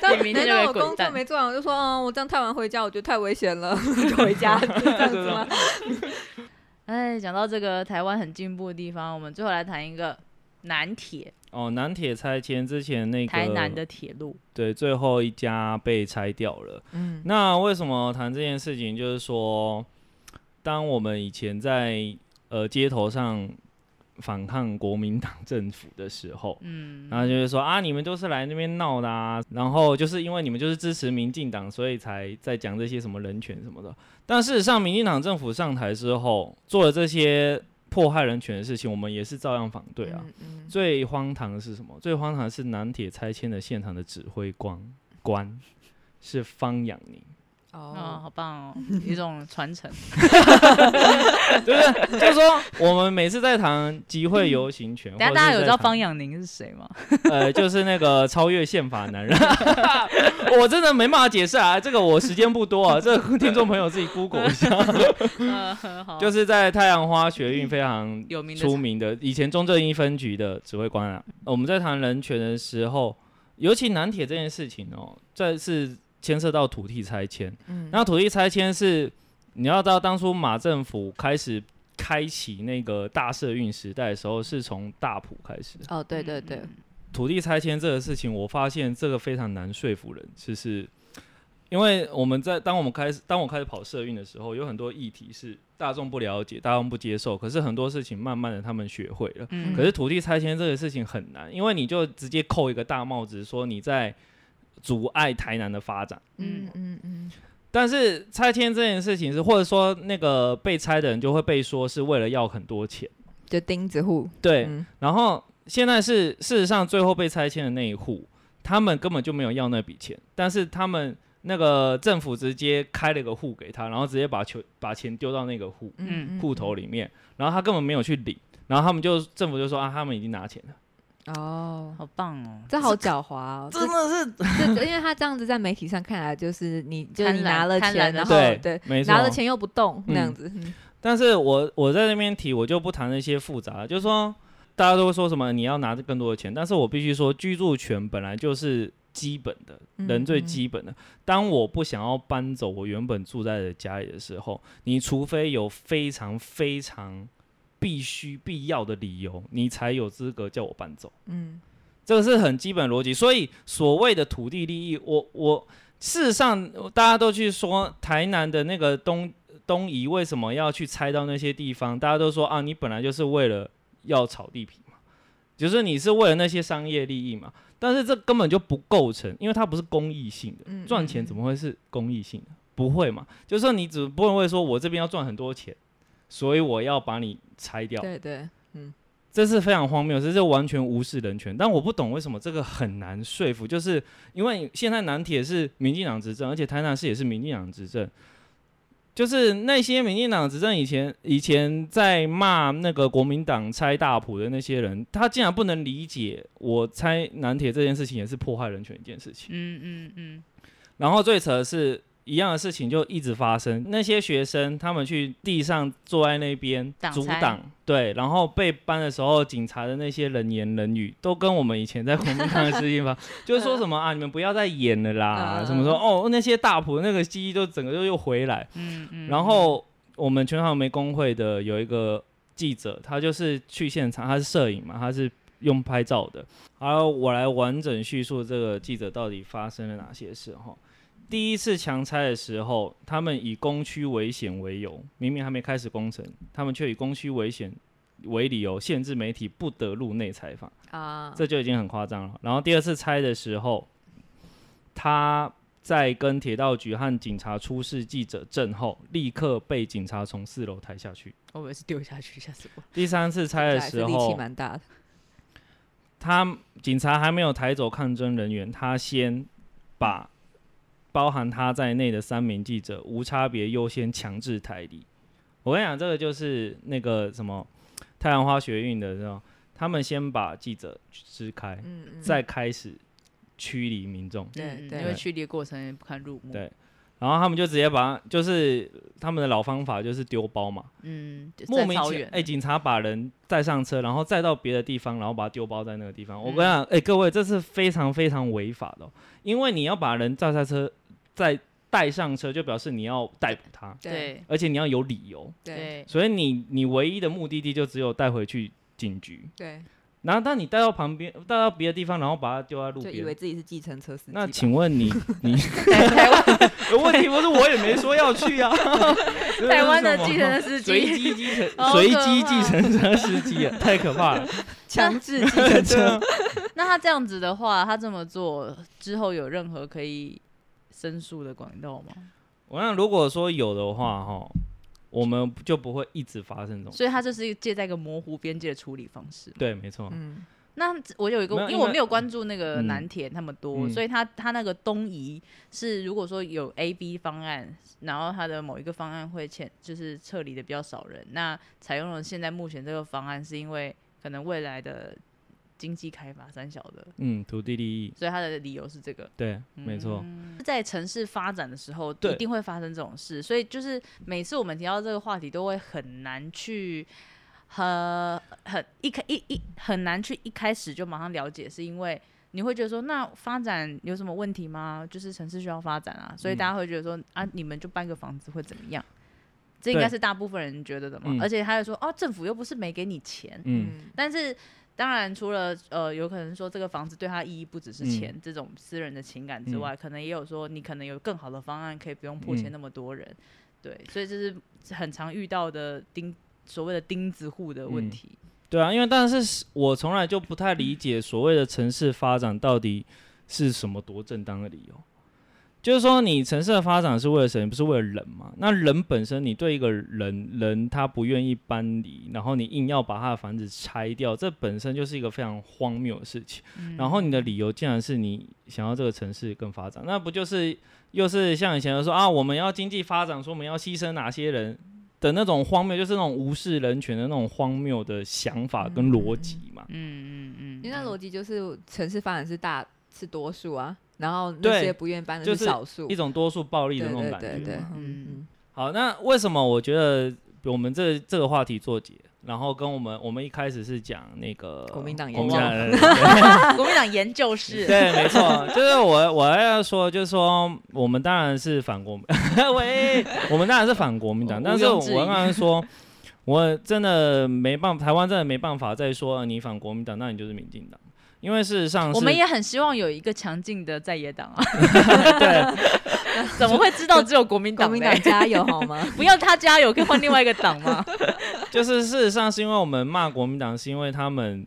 Speaker 4: 但
Speaker 5: 你明天
Speaker 4: 难
Speaker 5: 就被
Speaker 4: 道我
Speaker 5: 滚
Speaker 4: 工作
Speaker 5: 蛋
Speaker 4: 没做完，我就说，嗯，我这样太晚回家，我觉得太危
Speaker 5: <laughs>
Speaker 4: 险了，就回家，
Speaker 5: 啊
Speaker 4: 就这样子吗？
Speaker 5: 哎，讲到这个台湾很进步的地方，我们最后来谈一个南铁，
Speaker 2: 哦，南铁拆迁之前那个
Speaker 5: 台南的铁路。
Speaker 2: 对最后一家被拆掉了。
Speaker 4: 嗯，
Speaker 2: 那为什么谈这件事情？就是说，当我们以前在呃街头上反抗国民党政府的时候，
Speaker 5: 嗯，
Speaker 2: 然后就是说啊，你们都是来那边闹的啊，然后就是因为你们就是支持民进党，所以才在讲这些什么人权什么的。但事实上，民进党政府上台之后做了这些迫害人权的事情，我们也是照样反对啊。
Speaker 4: 嗯，嗯
Speaker 2: 最荒唐的是什么？最荒唐的是南铁拆迁的现场的指挥官官是方养宁。
Speaker 5: 哦，
Speaker 4: 哦，
Speaker 5: 好棒哦，一种传承。
Speaker 2: 对不对？就是说， <laughs> 我们每次在谈集会游行权，
Speaker 5: 等下大家有知道方
Speaker 2: 言，
Speaker 5: 养宁是谁吗？
Speaker 2: <laughs> 呃，就是那个超越宪法男人， <laughs> 我真的没办法解释啊，这个我时间不多啊，这个听众朋友自己 Google
Speaker 5: <laughs>
Speaker 2: 一下，
Speaker 5: <laughs> 呃，好
Speaker 2: 就是在太阳花学运非常
Speaker 5: 有名的嗯
Speaker 2: 出名的，以前中正一分局的指挥官啊，我们在谈人权的时候，尤其南铁这件事情哦，这是牵涉到土地拆迁，
Speaker 4: 嗯
Speaker 2: 那土地拆迁是你要知道，当初马政府开始开启那个大社运时代的时候，是从大埔开始的。
Speaker 4: 哦，对对
Speaker 5: 嗯
Speaker 4: 对，
Speaker 2: 土地拆迁这个事情，我发现这个非常难说服人，就是因为我们在当我们开始当我开始跑社运的时候，有很多议题是大众不了解、大众不接受，可是很多事情慢慢的他们学会了。
Speaker 5: 嗯
Speaker 2: 可是土地拆迁这个事情很难，因为你就直接扣一个大帽子，说你在阻碍台南的发展。
Speaker 4: 嗯嗯嗯，
Speaker 2: 但是拆迁这件事情是，或者说那个被拆的人就会被说是为了要很多钱，
Speaker 4: 就钉子户，
Speaker 2: 对。
Speaker 4: 嗯
Speaker 2: 然后现在是事实上最后被拆迁的那一户，他们根本就没有要那笔钱，但是他们那个政府直接开了个户给他，然后直接把球把钱丢到那个户
Speaker 5: 嗯
Speaker 2: 户头里面，然后他根本没有去领，然后他们就政府就说啊，他们已经拿钱了，
Speaker 4: 哦。
Speaker 5: 好棒哦，
Speaker 4: 这好狡猾哦！这
Speaker 2: 的是
Speaker 4: 这这因为他这样子在媒体上看来，就是你就
Speaker 5: 贪
Speaker 4: 你
Speaker 5: 婪
Speaker 4: 拿了
Speaker 5: 贪婪的
Speaker 4: 钱，然后
Speaker 2: 对
Speaker 4: 哦对，
Speaker 2: 没错，
Speaker 4: 拿了钱又不动那样
Speaker 2: 嗯
Speaker 4: 子，嗯
Speaker 2: 但是我我在那边提，我就不谈那些复杂的，就是说大家都会说什么你要拿着更多的钱，但是我必须说，居住权本来就是基本的，
Speaker 4: 嗯
Speaker 2: 人最基本的。当我不想要搬走我原本住在的家里的时候，你除非有非常非常必须必要的理由，你才有资格叫我搬走。
Speaker 4: 嗯，
Speaker 2: 这个是很基本的逻辑。所以所谓的土地利益，我我事实上大家都去说台南的那个东东夷为什么要去拆到那些地方？大家都说啊，你本来就是为了要炒地皮嘛，就是你是为了那些商业利益嘛。但是这根本就不构成，因为它不是公益性
Speaker 4: 嗯
Speaker 2: 的，赚钱怎么会是公益性的？不会嘛？就是说你只不会说我这边要赚很多钱，所以我要把你拆掉。
Speaker 4: 对对，
Speaker 2: 这是非常荒谬，这是完全无视人权。但我不懂为什么这个很难说服，就是因为现在南铁是民进党执政，而且台南市也是民进党执政，就是那些民进党执政以前以前在骂那个国民党拆大埔的那些人，他竟然不能理解我拆南铁这件事情也是迫害人权一件事情。
Speaker 5: 嗯嗯嗯，
Speaker 2: 然后最扯的是，一样的事情就一直发生。那些学生他们去地上坐在那边
Speaker 5: 挡
Speaker 2: 阻
Speaker 5: 拆
Speaker 2: 挡，对，然后被搬的时候，警察的那些人言人语都跟我们以前在国民党的事情吧，就是说什么啊，你们不要再演了啦，
Speaker 4: <laughs> 嗯
Speaker 2: 什么说哦，那些大埔的那个记忆都整个就又回来。
Speaker 5: 嗯嗯，
Speaker 2: 然后我们全好梅工会的有一个记者，他就是去现场，他是摄影嘛，他是用拍照的。然后我来完整叙述这个记者到底发生了哪些事哈。第一次强拆的时候，他们以工区危险为由，明明还没开始工程，他们却以工区危险为理由限制媒体不得入内采访。
Speaker 4: 啊，
Speaker 2: 这就已经很夸张了。然后第二次拆的时候，他在跟铁道局和警察出示记者证后，立刻被警察从四楼抬下去。
Speaker 5: 我以为是丢下去，吓死我！
Speaker 2: 第三次拆的时
Speaker 4: 力气
Speaker 2: 候，
Speaker 4: 蛮大的，
Speaker 2: 他警察还没有抬走抗争人员，他先把包含他在内的三名记者无差别优先强制抬离。我跟你讲，这个就是那个什么太阳花学运的时候，他们先把记者支开，
Speaker 4: 嗯嗯，
Speaker 2: 再开始驱离民众，
Speaker 4: 对
Speaker 5: 嗯
Speaker 4: 对
Speaker 5: 因为驱离过程不堪入目。
Speaker 2: 对然后他们就直接把就是他们的老方法就是丢包嘛，
Speaker 5: 嗯，就
Speaker 2: 莫
Speaker 5: 在
Speaker 2: 名
Speaker 5: 桃
Speaker 2: 其妙
Speaker 5: 园，
Speaker 2: 哎、警察把人带上车，然后再到别的地方，然后把他丢包在那个地方。我跟你讲，哎、各位，这是非常非常违法的哦、因为你要把人带下车，再带上车，就表示你要逮捕他，
Speaker 4: 对
Speaker 5: 对
Speaker 2: 而且你要有理由，
Speaker 4: 对
Speaker 5: 对，
Speaker 2: 所以你你唯一的目的地就只有带回去警局。
Speaker 4: 对，
Speaker 2: 然后，当你带到旁边，带到别的地方，然后把它丢在路
Speaker 4: 就以
Speaker 2: 边
Speaker 4: 为，自己是计程车司机吧。
Speaker 2: 那请问
Speaker 5: <laughs>
Speaker 2: 你，你呃
Speaker 5: 台
Speaker 2: <laughs>
Speaker 5: 台湾
Speaker 2: 问题不是我也没说要去
Speaker 5: <laughs>
Speaker 2: 啊，
Speaker 5: 台湾的计程司
Speaker 2: 随机
Speaker 5: 机，
Speaker 2: 计程
Speaker 5: <laughs> 好可怕
Speaker 2: 随机计程车司机
Speaker 5: <laughs>
Speaker 2: 啊，太可怕了。
Speaker 4: 强制计程
Speaker 2: 对
Speaker 4: 车
Speaker 2: 啊，
Speaker 5: 那他这样子的话，他这么做之后有任何可以申诉的管道
Speaker 2: 哦
Speaker 5: 吗？
Speaker 2: 我想如果说有的话，哈，我们就不会一直发生这种。
Speaker 5: 所以他就是一个借在一个模糊边界的处理方式。
Speaker 2: 对，没错，
Speaker 4: 嗯，
Speaker 5: 那我有一个
Speaker 2: 没有，
Speaker 5: 因为
Speaker 2: 因为
Speaker 5: 我没有关注那个
Speaker 2: 嗯
Speaker 5: 南田他们多，
Speaker 2: 嗯
Speaker 5: 所以他他那个东移是如果说有 A、B 方案，然后他的某一个方案会欠就是撤离的比较少人，那采用了现在目前这个方案，是因为可能未来的经济开发三小的，
Speaker 2: 嗯，土地利益，
Speaker 5: 所以他的理由是这个。
Speaker 2: 对，没错，
Speaker 5: 嗯
Speaker 2: 嗯
Speaker 5: 在城市发展的时候，
Speaker 2: 对
Speaker 5: 一定会发生这种事，所以就是每次我们提到这个话题，都会很难去。很很一开一一很难去一开始就马上了解，是因为你会觉得说，那发展有什么问题吗？就是城市需要发展啊，所以
Speaker 2: 嗯
Speaker 5: 大家会觉得说、啊，你们就搬个房子会怎么样？这应该
Speaker 2: 对
Speaker 5: 是大部分人觉得的嘛。
Speaker 2: 嗯
Speaker 5: 而且他又说，哦、政府又不是没给你钱，
Speaker 2: 嗯，
Speaker 5: 但是当然，除了呃，有可能说这个房子对他意义不只
Speaker 2: 嗯
Speaker 5: 是钱、这种私人的情感之外，可能也有说你可能有更好的方案，可以不用破钱
Speaker 2: 嗯
Speaker 5: 那么多人。对，所以这是很常遇到的钉所谓的钉子户的问题。
Speaker 2: 对啊，因为但是我从来就不太理解所谓的城市发展到底是什么多正当的理由。就是说，你城市的发展是为了谁？不是为了人嘛？那人本身，你对一个人，人他不愿意搬离，然后你硬要把他的房子拆掉，这本身就是一个非常荒谬的事情。
Speaker 4: 嗯
Speaker 5: 嗯
Speaker 2: 然后你的理由竟然是你想要这个城市更发展，那不就是又是像以前说啊，我们要经济发展，说我们要牺牲哪些人的那种荒谬，就是那种无视人权的那种荒谬的想法跟逻辑嘛。
Speaker 5: 嗯嗯嗯，
Speaker 4: 因为那
Speaker 5: 嗯
Speaker 4: 逻辑就是城市发展是大是多数啊，然后那
Speaker 2: 对
Speaker 4: 些不愿意搬的
Speaker 2: 就是是
Speaker 4: 少数
Speaker 2: 一，种多数暴力
Speaker 4: 对
Speaker 2: 的那种
Speaker 4: 对
Speaker 2: 感觉嘛。
Speaker 4: 嗯对对，
Speaker 5: 嘛
Speaker 4: 嗯
Speaker 2: 好，那为什么我觉得我们这这个话题做结，然后跟我们我们一开始是讲那个
Speaker 4: 国民党
Speaker 2: 国民
Speaker 4: 演
Speaker 2: 党
Speaker 4: <laughs> 讲
Speaker 2: 人对
Speaker 5: <laughs> 国民党研究室，
Speaker 2: 对，没错，就是我我要说，就是说我们当然是反国民， <laughs> 喂，我们当然是反国民党，
Speaker 5: 哦毋
Speaker 2: 但是
Speaker 5: 庸
Speaker 2: 我
Speaker 5: 置疑
Speaker 2: 刚刚说。我真的没办法，台湾真的没办法再说你反国民党，那你就是民进党， <laughs> 因为事实上是 <laughs>
Speaker 5: 我们也很希望有一个强劲的在野党啊，
Speaker 2: 对，
Speaker 5: 怎么会知道只有国民
Speaker 4: 国
Speaker 5: 党
Speaker 4: 民
Speaker 5: 呢？
Speaker 4: 党加油好吗？
Speaker 5: 不要他加油，可以换另外一个党吗？
Speaker 2: 就是事实上是因为我们骂国民党，是因为他们，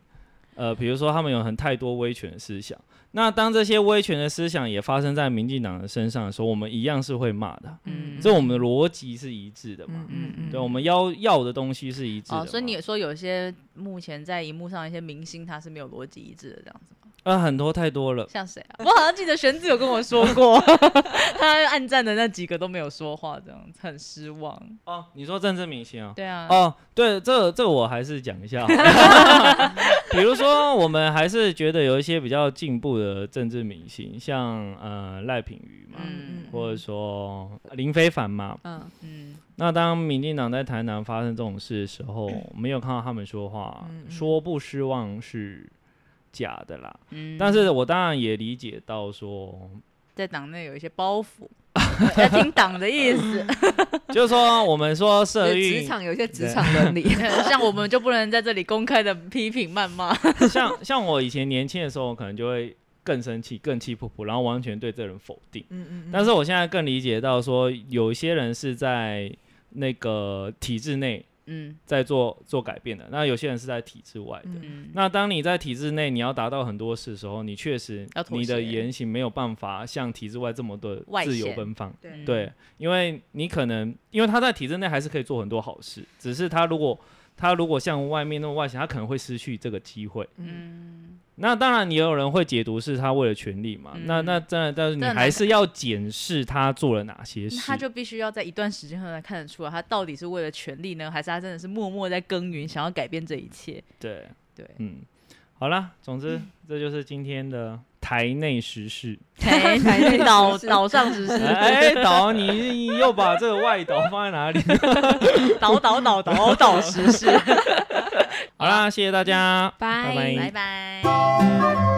Speaker 2: 呃，比如说他们有很太多威权的思想。那当这些威权的思想也发生在民进党的身上的时候，我们一样是会骂的。
Speaker 5: 嗯
Speaker 2: 这我们的逻辑是一致的嘛？
Speaker 4: 嗯嗯
Speaker 2: 对，我们要要的东西是一致的嘛。
Speaker 5: <laughs> 哦，所以你也说有些目前在荧幕上一些明星他是没有逻辑一致的这样子吗，
Speaker 2: 呃很多太多了。
Speaker 5: 像谁啊？我好像记得玄子有跟我说过， <laughs> 他暗赞的那几个都没有说话，这样子很失望。
Speaker 2: 哦，你说政治明星啊？
Speaker 5: 对啊，
Speaker 2: 哦，对，这这我还是讲一下好
Speaker 5: <laughs>
Speaker 2: 了。比如说，我们还是觉得有一些比较进步的政治明星，像呃赖品妤嘛，
Speaker 5: 嗯
Speaker 2: 或者说林非凡嘛。
Speaker 4: 嗯，
Speaker 5: 嗯
Speaker 2: 那当民进党在台南发生这种事的时候，我们有看到他们说话，
Speaker 4: 嗯嗯
Speaker 2: 说不失望是假的啦。
Speaker 5: 嗯
Speaker 2: 但是我当然也理解到说，
Speaker 5: 在党内有一些包袱，要听党的意
Speaker 2: <laughs>
Speaker 5: 思， <laughs>
Speaker 2: 就是说我们说
Speaker 4: 就
Speaker 2: 社
Speaker 4: 是
Speaker 2: 运
Speaker 4: 职场有一些职场伦理， <laughs>
Speaker 5: 像我们就不能在这里公开的批评谩骂。 <laughs>
Speaker 2: 像像我以前年轻的时候，我可能就会更生气、更气噗噗，然后完全对这人否定。
Speaker 4: 嗯嗯
Speaker 2: 但
Speaker 4: 是
Speaker 2: 是我现在更理解到说，有一些人是在那个体制内
Speaker 5: 嗯
Speaker 2: 在做做改变的，那有些人是在体制外的。
Speaker 4: 嗯
Speaker 5: 嗯，
Speaker 2: 那当你在体制内，你要达到很多事的时候，你确实
Speaker 5: 要妥
Speaker 2: 你的
Speaker 5: 协
Speaker 2: 言行没有办法像体制外这么的
Speaker 5: 外
Speaker 2: 自由
Speaker 5: 显
Speaker 2: 奔放。
Speaker 5: 嗯
Speaker 2: 对，因为你可能因为他在体制内还是可以做很多好事，只是他如果他如果像外面那么外显，他可能会失去这个机会。
Speaker 5: 嗯，
Speaker 2: 那当然，也有人会解读是他为了权力嘛。那
Speaker 5: 嗯
Speaker 2: 那当然，但是你
Speaker 5: 这很
Speaker 2: 还
Speaker 5: 难
Speaker 2: 是要检视他做了哪些
Speaker 5: 那
Speaker 2: 事。
Speaker 5: 他就必须要在一段时间后才看得出来，他到底是为了权力呢，还是他真的是默默在耕耘，想要改变这一切？
Speaker 2: 对， <laughs>
Speaker 5: 对，
Speaker 2: 嗯，好啦，总之、
Speaker 5: 嗯
Speaker 2: 这就是今天的台内时事。 <laughs>
Speaker 5: 才
Speaker 4: 内
Speaker 5: 岛
Speaker 4: 实施
Speaker 5: 岛上实施，
Speaker 2: 哎，导，你你又把这个外导放在哪里？ <laughs>
Speaker 5: 岛岛岛岛岛实施。嗯
Speaker 2: 好啦，谢谢大家，
Speaker 4: 拜
Speaker 2: 拜
Speaker 5: 拜拜。